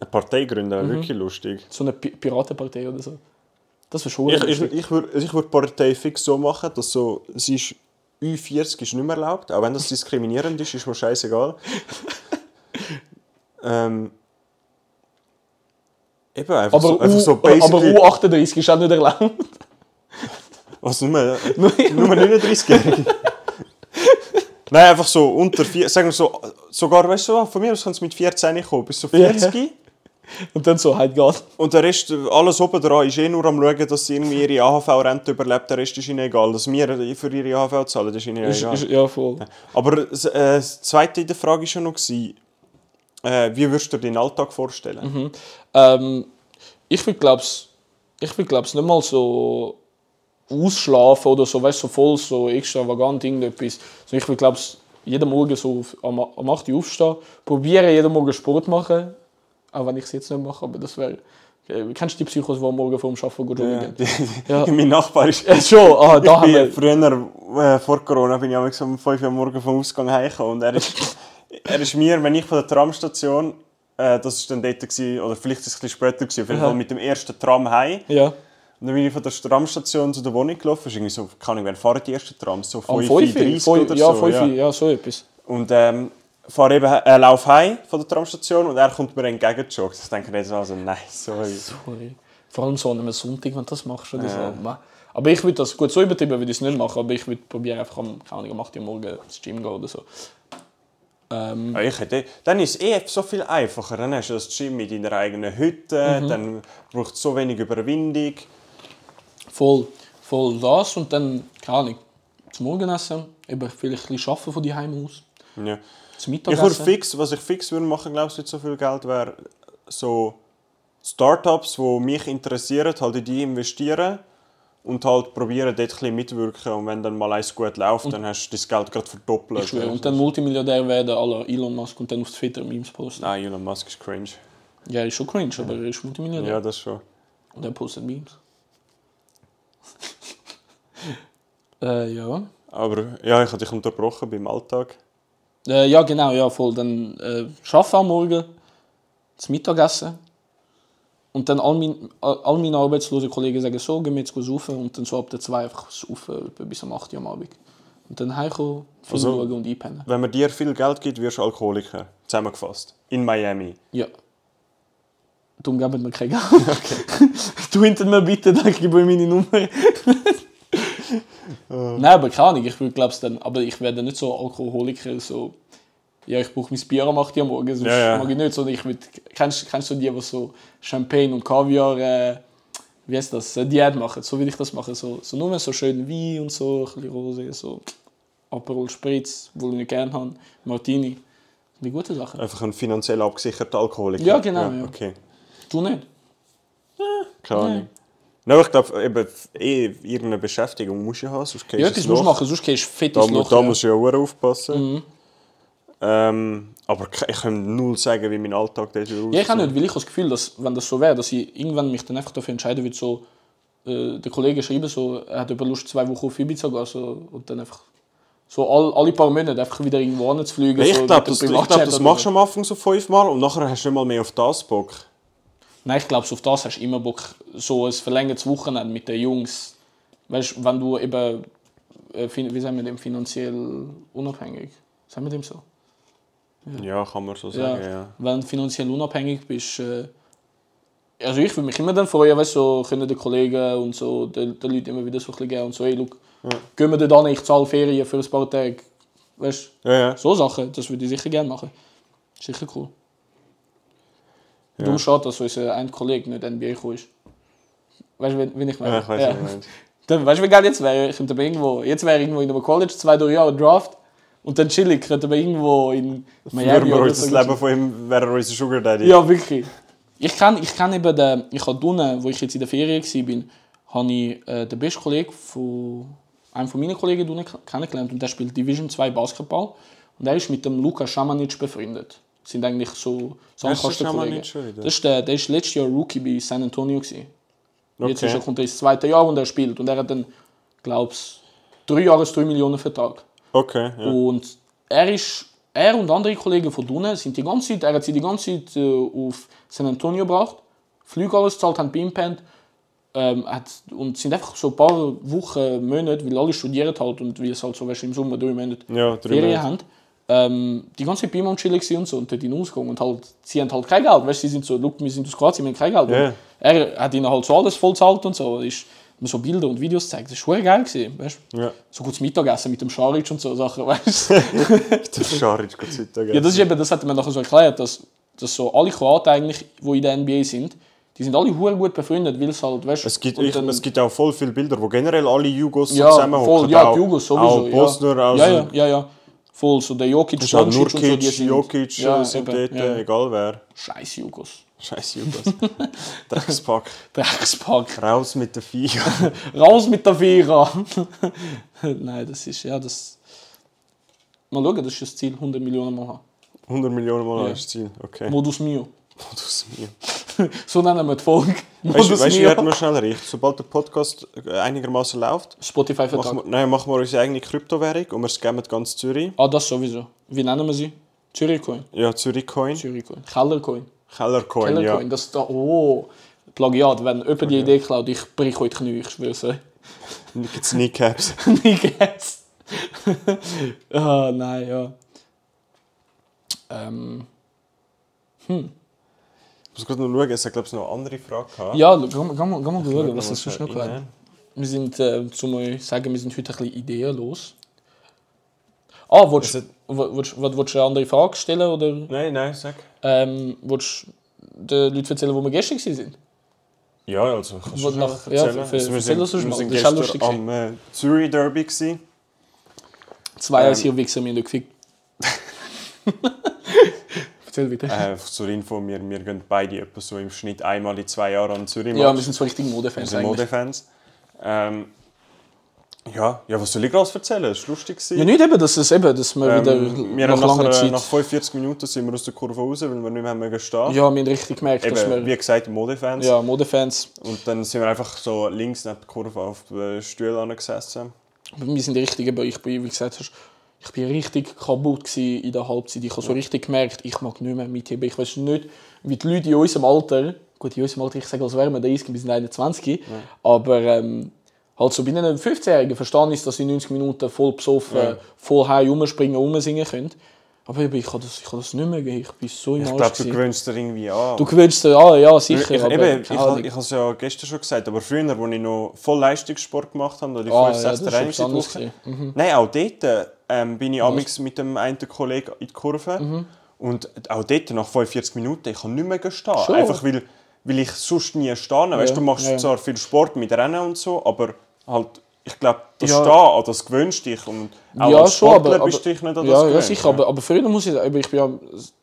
Speaker 1: Eine Partei gründen,
Speaker 2: Mhm.
Speaker 1: wirklich lustig.
Speaker 2: So eine Pi Piratenpartei oder so. Das wäre schon
Speaker 1: Ich, ich,
Speaker 2: lustig.
Speaker 1: ich würde ich würd die Partei fix so machen, dass so, es ist U40 ist nicht mehr erlaubt, auch wenn das diskriminierend ist, ist mir scheißegal. ähm, eben, einfach
Speaker 2: Aber,
Speaker 1: so, einfach
Speaker 2: U,
Speaker 1: so
Speaker 2: aber
Speaker 1: basically...
Speaker 2: U38 ist auch nicht erlaubt.
Speaker 1: Was nur, mehr? nur 39-Jährige? Nein, einfach so unter vier, sagen wir so, sogar, weißt du, was, von mir aus kann es mit 14 kommen, bis so 40.
Speaker 2: Und dann so halt geht.
Speaker 1: Und der Rest, alles oben dran, ist eh nur am Schauen, dass sie irgendwie ihre AHV-Rente überlebt. Der Rest ist ihnen egal. Dass wir für ihre AHV zahlen, das ist ihnen
Speaker 2: Ist,
Speaker 1: egal.
Speaker 2: ist, ja, voll.
Speaker 1: Aber das, äh, das zweite in der Frage war schon noch, gewesen, äh, wie würdest du dir deinen Alltag vorstellen?
Speaker 2: Mhm. Ähm, ich will glaub's, ich will glaub's nicht mal so ausschlafen oder so, weißt so voll so extravagant irgendetwas. Also ich will glaub's jeden Morgen so auf- am, am 8 Uhr aufstehen, probieren jeden Morgen Sport machen, auch wenn ich es jetzt nicht mache, aber das wäre... Kennst du die Psychos, die am Morgen vor dem Arbeiten joggen
Speaker 1: Ja.
Speaker 2: gehen? Ja.
Speaker 1: mein Nachbar ist.
Speaker 2: Ja. Schon, ah, da
Speaker 1: Ich
Speaker 2: haben wir...
Speaker 1: bin früher, äh, vor Corona, bin ich amigs um 5 Uhr am morgen vom Ausgang heimgekommen. Und er ist, er ist mir, wenn ich von der Tramstation, äh, das war dann dort, gewesen, oder vielleicht ist es ein bisschen später, gewesen, auf jeden
Speaker 2: Aha.
Speaker 1: Fall mit dem ersten Tram heim.
Speaker 2: Ja,
Speaker 1: Und dann bin ich von der Tramstation zu der Wohnung gelaufen. Das ist irgendwie so, keine Ahnung, wer fahren die ersten Trams? So
Speaker 2: am
Speaker 1: 5,
Speaker 2: 5
Speaker 1: 30 oder
Speaker 2: Ja,
Speaker 1: so.
Speaker 2: 5
Speaker 1: ja.
Speaker 2: ja. so etwas.
Speaker 1: Und ähm, fahre eben, he- äh, lauf heim von der Tramstation und er kommt mir entgegengejoggt. Ich denke jetzt also, nein, sorry.
Speaker 2: Sorry. Vor allem so an einem Sonntag, wenn du das machst oder
Speaker 1: Ja.
Speaker 2: so. Ma. Aber ich würde das, gut, so übertrieben würde ich es nicht machen, aber ich würde probieren, einfach am, keine Ahnung, am 8 Uhr morgen ins Gym gehen oder so. Ähm,
Speaker 1: Ja, ich hätte, dann ist es eh so viel einfacher. Dann hast du das Gym in deiner eigenen Hütte,
Speaker 2: Mhm.
Speaker 1: dann braucht es so wenig Überwindung.
Speaker 2: voll, voll das und dann, keine Ahnung, zum Morgenessen, eben vielleicht ein bisschen arbeiten von daheim aus,
Speaker 1: Ja.
Speaker 2: zum
Speaker 1: Ich würde
Speaker 2: Mittagessen.
Speaker 1: fix, was ich fix würde machen, glaube ich, mit so viel Geld wäre, so Startups, die mich interessieren, halt in die investieren und halt probieren, dort ein bisschen mitwirken. Und wenn dann mal eins gut läuft, dann hast du das Geld gerade verdoppelt.
Speaker 2: Ich schwöre. Und dann Multimilliardär werden, aller Elon Musk und dann auf Twitter Memes posten.
Speaker 1: Nein, Elon Musk ist cringe.
Speaker 2: Ja, er ist schon cringe, aber er ist Multimilliardär.
Speaker 1: Ja, das schon.
Speaker 2: Und er postet Memes. äh, ja.
Speaker 1: Aber ja, ich habe dich unterbrochen beim Alltag.
Speaker 2: Äh, ja, genau, ja, voll. Dann äh, arbeite am Morgen, zum Mittagessen. Und dann all, mein, all all meine arbeitslosen Kollegen sagen, so, gehen wir jetzt saufen. Und dann so ab der 2 einfach saufen, etwa bis um 8 Uhr am Abend. Und dann heimkommen, Film
Speaker 1: Also-
Speaker 2: schauen und einpennen.
Speaker 1: Wenn man dir viel Geld gibt, wirst du Alkoholiker. Zusammengefasst. In Miami.
Speaker 2: Ja. Darum geben wir kein Geld. du hinter mir bitte, dann gebe ich meine Nummer.
Speaker 1: Ah.
Speaker 2: Nein, aber keine Ahnung, ich glaube es dann. Aber ich werde nicht so Alkoholiker, so. Ja, ich brauche mein Bier am 8 Uhr am morgen, sonst
Speaker 1: Ja, ja.
Speaker 2: mag ich nicht. Sondern ich würd, kennst, kennst du die, die so Champagne und Kaviar, äh, wie heißt das, äh, Diät machen? So würde ich das machen. So, so nur so schön Wein und so, ein bisschen Rosé, so Aperol Spritz, wo ich nicht gerne habe, Martini. Die guten Sachen.
Speaker 1: Einfach ein finanziell abgesicherter Alkoholiker.
Speaker 2: Ja, genau, ja.
Speaker 1: Okay,
Speaker 2: Du nicht?
Speaker 1: keine Ahnung. Nein, ich glaube, eben, eh, irgendeine Beschäftigung musst du ja haben, sonst gehst
Speaker 2: Ja,
Speaker 1: du
Speaker 2: etwas musst du machen, sonst gehst du fett
Speaker 1: Da,
Speaker 2: ins
Speaker 1: mu-
Speaker 2: Loch.
Speaker 1: da
Speaker 2: ja. Mhm.
Speaker 1: musst du ja auch aufpassen. Ähm, aber ke- ich kann null sagen, wie mein Alltag dort aussieht.
Speaker 2: ja, ich auch nicht, weil ich habe das Gefühl, dass, wenn das so wäre, dass ich irgendwann mich dann einfach dafür entscheiden würde, so, äh, der Kollege schreiben, so, er hat über Lust, zwei Wochen auf Ibiza zu gehen, so, und dann einfach, so all, alle paar Monate einfach wieder irgendwo hinzufliegen.
Speaker 1: Ja, ich
Speaker 2: so,
Speaker 1: glaube,
Speaker 2: mit dem
Speaker 1: das, ich glaub,
Speaker 2: Privatjet
Speaker 1: das
Speaker 2: oder
Speaker 1: machst du
Speaker 2: so.
Speaker 1: am Anfang so fünfmal und nachher hast du nicht mal mehr auf das Bock.
Speaker 2: Nein, ich glaube, so auf das hast du immer Bock, so ein verlängertes Wochenende mit den Jungs. Weißt du, wenn du eben, äh, fin- wie sagen wir dem, finanziell unabhängig, sagen wir dem so?
Speaker 1: Ja, kann man so
Speaker 2: Ja,
Speaker 1: sagen, ja.
Speaker 2: Wenn du finanziell unabhängig bist. Äh, also ich würde mich immer dann freuen, weißt, so können den Kollegen und so, den, den Leuten immer wieder so ein bisschen geben und so, hey, look, gehen wir da hin, ich zahle Ferien für ein paar Tage. Weißt
Speaker 1: Ja, ja.
Speaker 2: so Sachen, das würde ich sicher gerne machen. Sicher cool.
Speaker 1: Ja.
Speaker 2: Darum schade, dass unser ein Kollege nicht NBA gekommen ist. Weißt du, wen, wen ich meine?
Speaker 1: ja ich weiß
Speaker 2: Ja.
Speaker 1: nicht. Mensch.
Speaker 2: Dann, weißt du, wie geil jetzt wäre? Ich könnte aber irgendwo, jetzt wäre ich irgendwo in einem College, zwei, drei Jahre Draft und dann chillig, könnte man irgendwo in
Speaker 1: Würden
Speaker 2: Miami
Speaker 1: wir
Speaker 2: oder
Speaker 1: uns
Speaker 2: so.
Speaker 1: das Leben von ihm, wäre er unser Sugar Daddy.
Speaker 2: Ja, wirklich. Ich kann, ich kann eben den, ich habe unten, wo ich jetzt in der Ferien war, habe ich äh, den besten Kollegen von einem von meinen Kollegen unten ke- kennengelernt und der spielt Division 2 Basketball und er ist mit dem Luka Schamanic befreundet. Das sind eigentlich so Sandkastenkollegen.
Speaker 1: Schamanic schon wieder?
Speaker 2: Das ist der, der ist letztes Jahr Rookie bei San Antonio gewesen. Und Jetzt
Speaker 1: Okay.
Speaker 2: ist er, kommt er ins zweite Jahr und er spielt und er hat dann, glaub's, drei Jahre, 3 Millionen Vertrag.
Speaker 1: Okay, ja.
Speaker 2: Und er ist, er und andere Kollegen von unten sind die ganze Zeit, er hat sie die ganze Zeit äh, auf San Antonio gebracht, Flüge alles gezahlt, haben bei ihm gepennt, ähm, hat, und sind einfach so ein paar Wochen, Monate, weil alle studieren halt und wir es halt so weißt, du, im Sommer drei Monate
Speaker 1: Ja, drei
Speaker 2: Ferien
Speaker 1: Monate.
Speaker 2: haben. Ähm, die ganze Zeit bei ihm am Chillen gewesen und so und dort hinausgegangen und halt, sie haben halt kein Geld, weißt du, sie sind so, look, wir sind aus Kroatien, wir haben kein Geld.
Speaker 1: Ja.
Speaker 2: Und Er hat ihnen halt so alles voll gezahlt und so, ist mir so Bilder und Videos gezeigt, das war verdammt geil gewesen, weißt du
Speaker 1: ja.
Speaker 2: so gutes Mittagessen mit dem Scharic und so Sachen, weißt du?
Speaker 1: Das ist Scharic, Gott sei Dank.
Speaker 2: ja, das ist eben, das hat man nachher so erklärt, dass dass so alle Kroaten eigentlich, die in der NBA sind, die sind alle hure gut befreundet, weil es halt, weißt
Speaker 1: Es gibt,
Speaker 2: und
Speaker 1: ich,
Speaker 2: dann-
Speaker 1: es gibt auch voll viele Bilder, wo generell alle Jugos so
Speaker 2: ja,
Speaker 1: zusammenhocken.
Speaker 2: voll, ja,
Speaker 1: auch,
Speaker 2: die Jugos sowieso.
Speaker 1: Auch Bosner,
Speaker 2: ja.
Speaker 1: also
Speaker 2: ja, ja, ja, ja, voll, so der Jokic,
Speaker 1: es ist halt
Speaker 2: Doncic und so,
Speaker 1: Nurkic,
Speaker 2: die sind-
Speaker 1: Jokic
Speaker 2: ja,
Speaker 1: äh, sind
Speaker 2: eben,
Speaker 1: dort,
Speaker 2: ja.
Speaker 1: äh, egal wer.
Speaker 2: Scheiß Jugos.
Speaker 1: Scheiß Jugos. Dreckspack.
Speaker 2: Dreckspack.
Speaker 1: Raus mit der Viecher.
Speaker 2: Raus mit der Vera. Nein, das ist, ja, das... Mal schauen, das ist das Ziel, 100 Millionen Mal haben.
Speaker 1: 100 Millionen Mal
Speaker 2: Ja.
Speaker 1: ist das Ziel. Okay.
Speaker 2: Modus Mio.
Speaker 1: Modus Mio.
Speaker 2: So nennen wir die Folge.
Speaker 1: Weißt
Speaker 2: Modus
Speaker 1: du, weißt du,
Speaker 2: Mio.
Speaker 1: werden wir schnell reich. Sobald der Podcast äh, einigermaßen läuft,
Speaker 2: Spotify-Vertrag.
Speaker 1: machen wir, nein, machen wir unsere eigene Kryptowährung und wir scammen ganz Zürich.
Speaker 2: Ah, das sowieso. Wie nennen wir sie? Zürichcoin.
Speaker 1: Ja, Zürich Coin.
Speaker 2: Zürichcoin. Kellercoin.
Speaker 1: Kellercoin,
Speaker 2: Kellercoin.
Speaker 1: Hm? ja.
Speaker 2: Das da. Oh. Plagiat. Wenn jemand die Idee klaut, ich brich euch die Knie, ich schwöre es.
Speaker 1: Gibt es Kneecaps.
Speaker 2: Nichts. Ah, nein, ja. Ähm.
Speaker 1: Ich muss gerade noch schauen, es hat glaube ich noch eine andere Frage gehabt.
Speaker 2: Ja, geh mal, geh mal, geh mal schauen, was es
Speaker 1: Muss
Speaker 2: sonst
Speaker 1: man
Speaker 2: noch gehört.
Speaker 1: rein.
Speaker 2: Wir sind, äh, zu mal sagen, wir sind heute ein bisschen ideenlos. Ah, willst du willst- willst- willst du eine andere Frage stellen? Oder?
Speaker 1: Nein, nein, sag.
Speaker 2: Ähm, willst du den Leuten erzählen, wo wir gestern waren?
Speaker 1: Ja, also kannst
Speaker 2: Wo-
Speaker 1: du
Speaker 2: nach-
Speaker 1: noch
Speaker 2: ja,
Speaker 1: erzählen.
Speaker 2: für-
Speaker 1: also, wir
Speaker 2: erzähl
Speaker 1: sind,
Speaker 2: das sonst
Speaker 1: wir
Speaker 2: mal.
Speaker 1: sind
Speaker 2: Das ist auch
Speaker 1: gestern
Speaker 2: lustig
Speaker 1: am äh, Zürich Derby gewesen.
Speaker 2: Zwei
Speaker 1: Ähm.
Speaker 2: als hier Wichser mir nicht gefickt. Erzähl bitte.
Speaker 1: Äh, zur Info, wir, wir gehen beide etwa so im Schnitt einmal in zwei Jahren an Zürich.
Speaker 2: ja, wir sind so richtig Modefans
Speaker 1: sind
Speaker 2: eigentlich.
Speaker 1: Modefans. Ähm, ja, ja, was soll ich groß erzählen? Es war lustig. gewesen.
Speaker 2: ja, nicht eben, dass es eben, dass wir
Speaker 1: Ähm,
Speaker 2: wieder
Speaker 1: wir
Speaker 2: nach
Speaker 1: haben
Speaker 2: langer
Speaker 1: nachher, äh,
Speaker 2: Zeit...
Speaker 1: nach 45 Minuten sind wir aus der Kurve raus, weil wir nicht mehr haben stehen.
Speaker 2: ja, wir haben richtig gemerkt, dass
Speaker 1: Eben,
Speaker 2: wir...
Speaker 1: wie gesagt, Modefans.
Speaker 2: Ja, Modefans.
Speaker 1: Und dann sind wir einfach so links neben der Kurve auf den Stuhl angesessen.
Speaker 2: Wir sind richtig, eben, ich bin, wie gesagt hast, ich bin richtig kaputt gewesen in der Halbzeit. Ich habe so richtig gemerkt, ich mag nicht mehr mitheben. Ich weiß nicht, wie die Leute in unserem Alter, gut, in unserem Alter, ich sage, als wären wir 30, wir sind 21, aber ähm, halt so bei einem 15-Jährigen verstanden ist, dass sie 90 Minuten voll besoffen,
Speaker 1: Ja.
Speaker 2: voll heim rumspringen, rumsingen können. Aber eben, ich kann das, ich kann das nicht mehr, ich bin so im
Speaker 1: Ich
Speaker 2: Arsch.
Speaker 1: glaube, du
Speaker 2: gewesen.
Speaker 1: gewöhnst dir irgendwie an.
Speaker 2: du gewöhnst dir, ah, ja, sicher,
Speaker 1: ich,
Speaker 2: aber halt-
Speaker 1: eben, ich,
Speaker 2: keine
Speaker 1: ha-
Speaker 2: Ahnung.
Speaker 1: ich habe es ja gestern schon gesagt, aber früher, als ich noch voll Leistungssport gemacht habe, da die
Speaker 2: Ah,
Speaker 1: 5,
Speaker 2: ja,
Speaker 1: 6
Speaker 2: das ist
Speaker 1: Trainings in
Speaker 2: etwas
Speaker 1: der
Speaker 2: anderes.
Speaker 1: Woche.
Speaker 2: gewesen. Mhm.
Speaker 1: Nein, auch dort ähm, bin ich amigs mit dem einen Kollegen in die Kurve.
Speaker 2: Mhm.
Speaker 1: Und auch dort, nach 45 Minuten, ich kann nicht mehr stehen.
Speaker 2: Schon?
Speaker 1: Einfach weil, weil ich sonst nie stehe. Weißt, du machst
Speaker 2: ja.
Speaker 1: zwar viel Sport mit Rennen und so, aber halt, ich glaube, das
Speaker 2: Ja.
Speaker 1: Stehen, an das gewöhnst dich. Und auch als Sportler bist du dich nicht an das
Speaker 2: ja, ja,
Speaker 1: gewöhnt,
Speaker 2: sicher, aber, aber früher muss ich sagen, ich bin ja,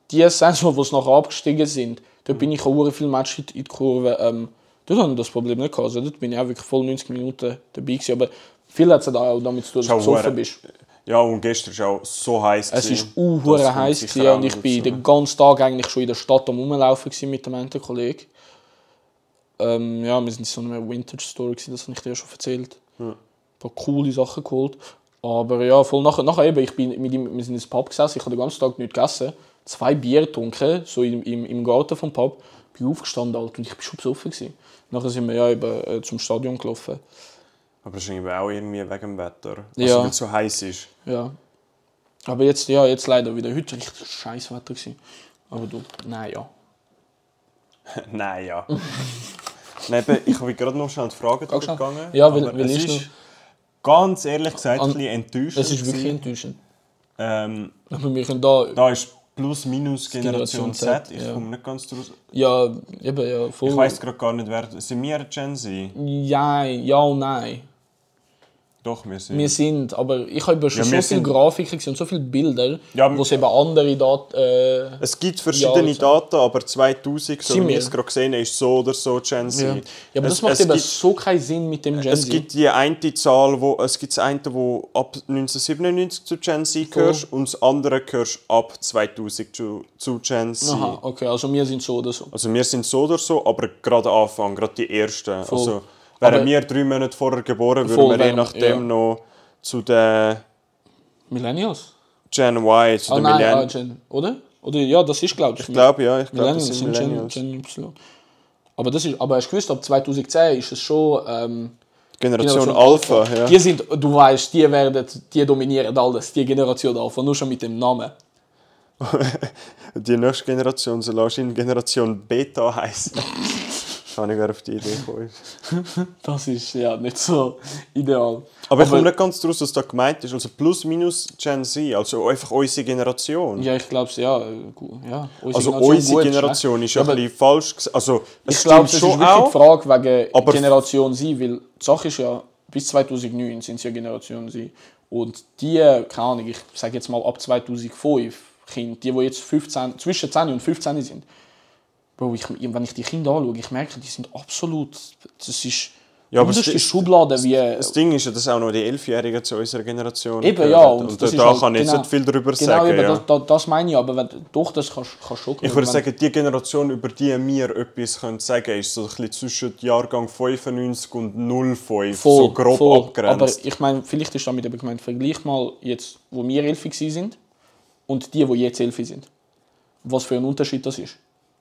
Speaker 2: die Saison, wo es nachher abgestiegen sind, dort bin ich auch hure viel Match in die Kurve, ähm, dort habe ich das Problem nicht gehabt, also dort bin ich auch wirklich voll 90 Minuten dabei gewesen, aber viel hat es dann auch damit zu tun, dass du
Speaker 1: auch hure-
Speaker 2: besoffen bist.
Speaker 1: Ja, und gestern war auch so heiß.
Speaker 2: Es
Speaker 1: gewesen.
Speaker 2: war auch
Speaker 1: Das
Speaker 2: hure
Speaker 1: kommt
Speaker 2: heiß
Speaker 1: sicher
Speaker 2: gewesen
Speaker 1: auch
Speaker 2: und ich
Speaker 1: noch
Speaker 2: bin
Speaker 1: dazu.
Speaker 2: den ganzen Tag eigentlich schon in der Stadt am rumlaufen gewesen mit dem einen Kollegen. Ähm, ja, wir sind in so einem Vintage Store gewesen, das habe ich dir ja schon erzählt. Ein paar coole Sachen geholt. Aber ja, voll nachher, nachher eben, ich bin mit ihm, wir sind ins Pub gesessen, ich habe den ganzen Tag nichts gegessen, zwei Bier getrunken, so im, im, im Garten vom Pub, bin aufgestanden Alter, und ich bin schon besoffen gewesen. Nachher sind wir ja eben äh, zum Stadion gelaufen.
Speaker 1: Aber das ist irgendwie auch irgendwie wegen dem Wetter.
Speaker 2: Ja.
Speaker 1: Also, wenn es so heiß ist.
Speaker 2: Ja. Aber jetzt, ja, jetzt leider wieder. Heute war richtig scheiß Wetter. Gewesen. Aber du, nein, ja.
Speaker 1: Nein, ja. Nein, eben, ich habe gerade noch schnell die Frage
Speaker 2: Auch schnell?
Speaker 1: durchgegangen.
Speaker 2: Ja, weil-
Speaker 1: aber
Speaker 2: weil
Speaker 1: es
Speaker 2: ich
Speaker 1: ist ganz ehrlich gesagt
Speaker 2: An-
Speaker 1: ein bisschen enttäuschend.
Speaker 2: Es ist wirklich
Speaker 1: gewesen.
Speaker 2: enttäuschend.
Speaker 1: Ähm,
Speaker 2: Aber wir können da.
Speaker 1: da ist plus minus Generation,
Speaker 2: Generation Z,
Speaker 1: Z. Ich
Speaker 2: ja.
Speaker 1: komme nicht ganz draus.
Speaker 2: Ja, eben, ja, voll.
Speaker 1: Ich weiß gerade gar nicht, wer. Sind wir Gen Z?
Speaker 2: Ja, ja und nein.
Speaker 1: Doch, wir sind.
Speaker 2: Wir sind, aber ich habe eben schon
Speaker 1: Ja, wir
Speaker 2: so viele
Speaker 1: sind-
Speaker 2: Grafiken gesehen und so viele Bilder,
Speaker 1: Ja,
Speaker 2: wo es eben andere dort. Äh,
Speaker 1: es gibt verschiedene
Speaker 2: Ja, also.
Speaker 1: Daten, aber 2000, so
Speaker 2: Sind
Speaker 1: wie
Speaker 2: wir?
Speaker 1: ich es gerade gesehen habe, ist so oder so Gen Z.
Speaker 2: ja. ja, aber das
Speaker 1: Es-
Speaker 2: macht
Speaker 1: es
Speaker 2: eben
Speaker 1: gibt-
Speaker 2: so keinen Sinn mit dem Gen
Speaker 1: Es
Speaker 2: Z.
Speaker 1: gibt die eine Zahl, wo, es gibt das eine, wo ab 1997 zu Gen Z gehörst und das andere gehörst ab 2000 zu, zu Gen Z.
Speaker 2: Aha, okay, also wir sind so oder so.
Speaker 1: Also wir sind so oder so, aber gerade Anfang, gerade die Ersten.
Speaker 2: Voll.
Speaker 1: Also wären
Speaker 2: Aber-
Speaker 1: wir drei Monate vorher geboren, würden wir
Speaker 2: Voll,
Speaker 1: je
Speaker 2: wären wir,
Speaker 1: nachdem
Speaker 2: ja.
Speaker 1: noch zu den
Speaker 2: Millennials?
Speaker 1: Gen Y, zu
Speaker 2: Ah,
Speaker 1: den
Speaker 2: nein,
Speaker 1: Millennials.
Speaker 2: ah, Gen, oder? Oder ja, das ist, glaube ich.
Speaker 1: ich glaube, ja, ich glaube, das
Speaker 2: Millennials
Speaker 1: sind
Speaker 2: sind Gen,
Speaker 1: Millennials.
Speaker 2: Gen Y. Aber, das ist, aber hast du gewusst, ab 2010 ist es schon. Ähm,
Speaker 1: Generation, Alpha, ja.
Speaker 2: Die sind, du weißt, die werden, die dominieren alles, die Generation Alpha, nur schon mit dem Namen.
Speaker 1: Die nächste Generation soll anscheinend Generation Beta heißen. Kann ich gar auf die Idee kommen.
Speaker 2: Das ist ja nicht so ideal.
Speaker 1: Aber ich komme nicht ganz daraus, was da gemeint ist. Also plus minus Gen Z, also einfach unsere Generation.
Speaker 2: Ja, ich glaube es, ja. äh, gu- ja unsere
Speaker 1: also unsere
Speaker 2: gut,
Speaker 1: Generation ist
Speaker 2: ja
Speaker 1: ja
Speaker 2: aber
Speaker 1: ein bisschen falsch. ges- Also es
Speaker 2: Ich
Speaker 1: stimmt
Speaker 2: glaube, es ist
Speaker 1: schon
Speaker 2: wirklich die
Speaker 1: auch.
Speaker 2: Frage wegen
Speaker 1: Aber-
Speaker 2: Generation sein, weil die Sache ist ja, bis 2009 sind sie ja Generation sein. Und die, keine Ahnung, ich sage jetzt mal ab 2005, Kinder, die, die jetzt 15, zwischen 10 und 15 sind, Bro, ich, wenn ich die Kinder anschaue, ich merke, die sind absolut, das ist
Speaker 1: Ja, aber es-
Speaker 2: unterste
Speaker 1: es-
Speaker 2: Schublade wie...
Speaker 1: Das Ding ist ja, dass auch noch die Elfjährigen zu unserer Generation
Speaker 2: Eben,
Speaker 1: gehören.
Speaker 2: ja, und
Speaker 1: Und,
Speaker 2: das ist
Speaker 1: da
Speaker 2: halt
Speaker 1: kann ich jetzt
Speaker 2: genau-
Speaker 1: nicht viel darüber
Speaker 2: genau,
Speaker 1: sagen.
Speaker 2: eben,
Speaker 1: ja.
Speaker 2: das, das, das meine ich, aber wenn, doch, das kannst du schon
Speaker 1: Ich würde sagen, die Generation, über die wir etwas können sagen können, ist so ein bisschen zwischen Jahrgang 95 und 05, so grob
Speaker 2: Aber
Speaker 1: abgrenzt.
Speaker 2: ich meine, vielleicht ist damit eben gemeint, vergleich mal jetzt, wo wir Elfi gsi sind und die, die jetzt Elfi sind. Was für ein Unterschied das ist.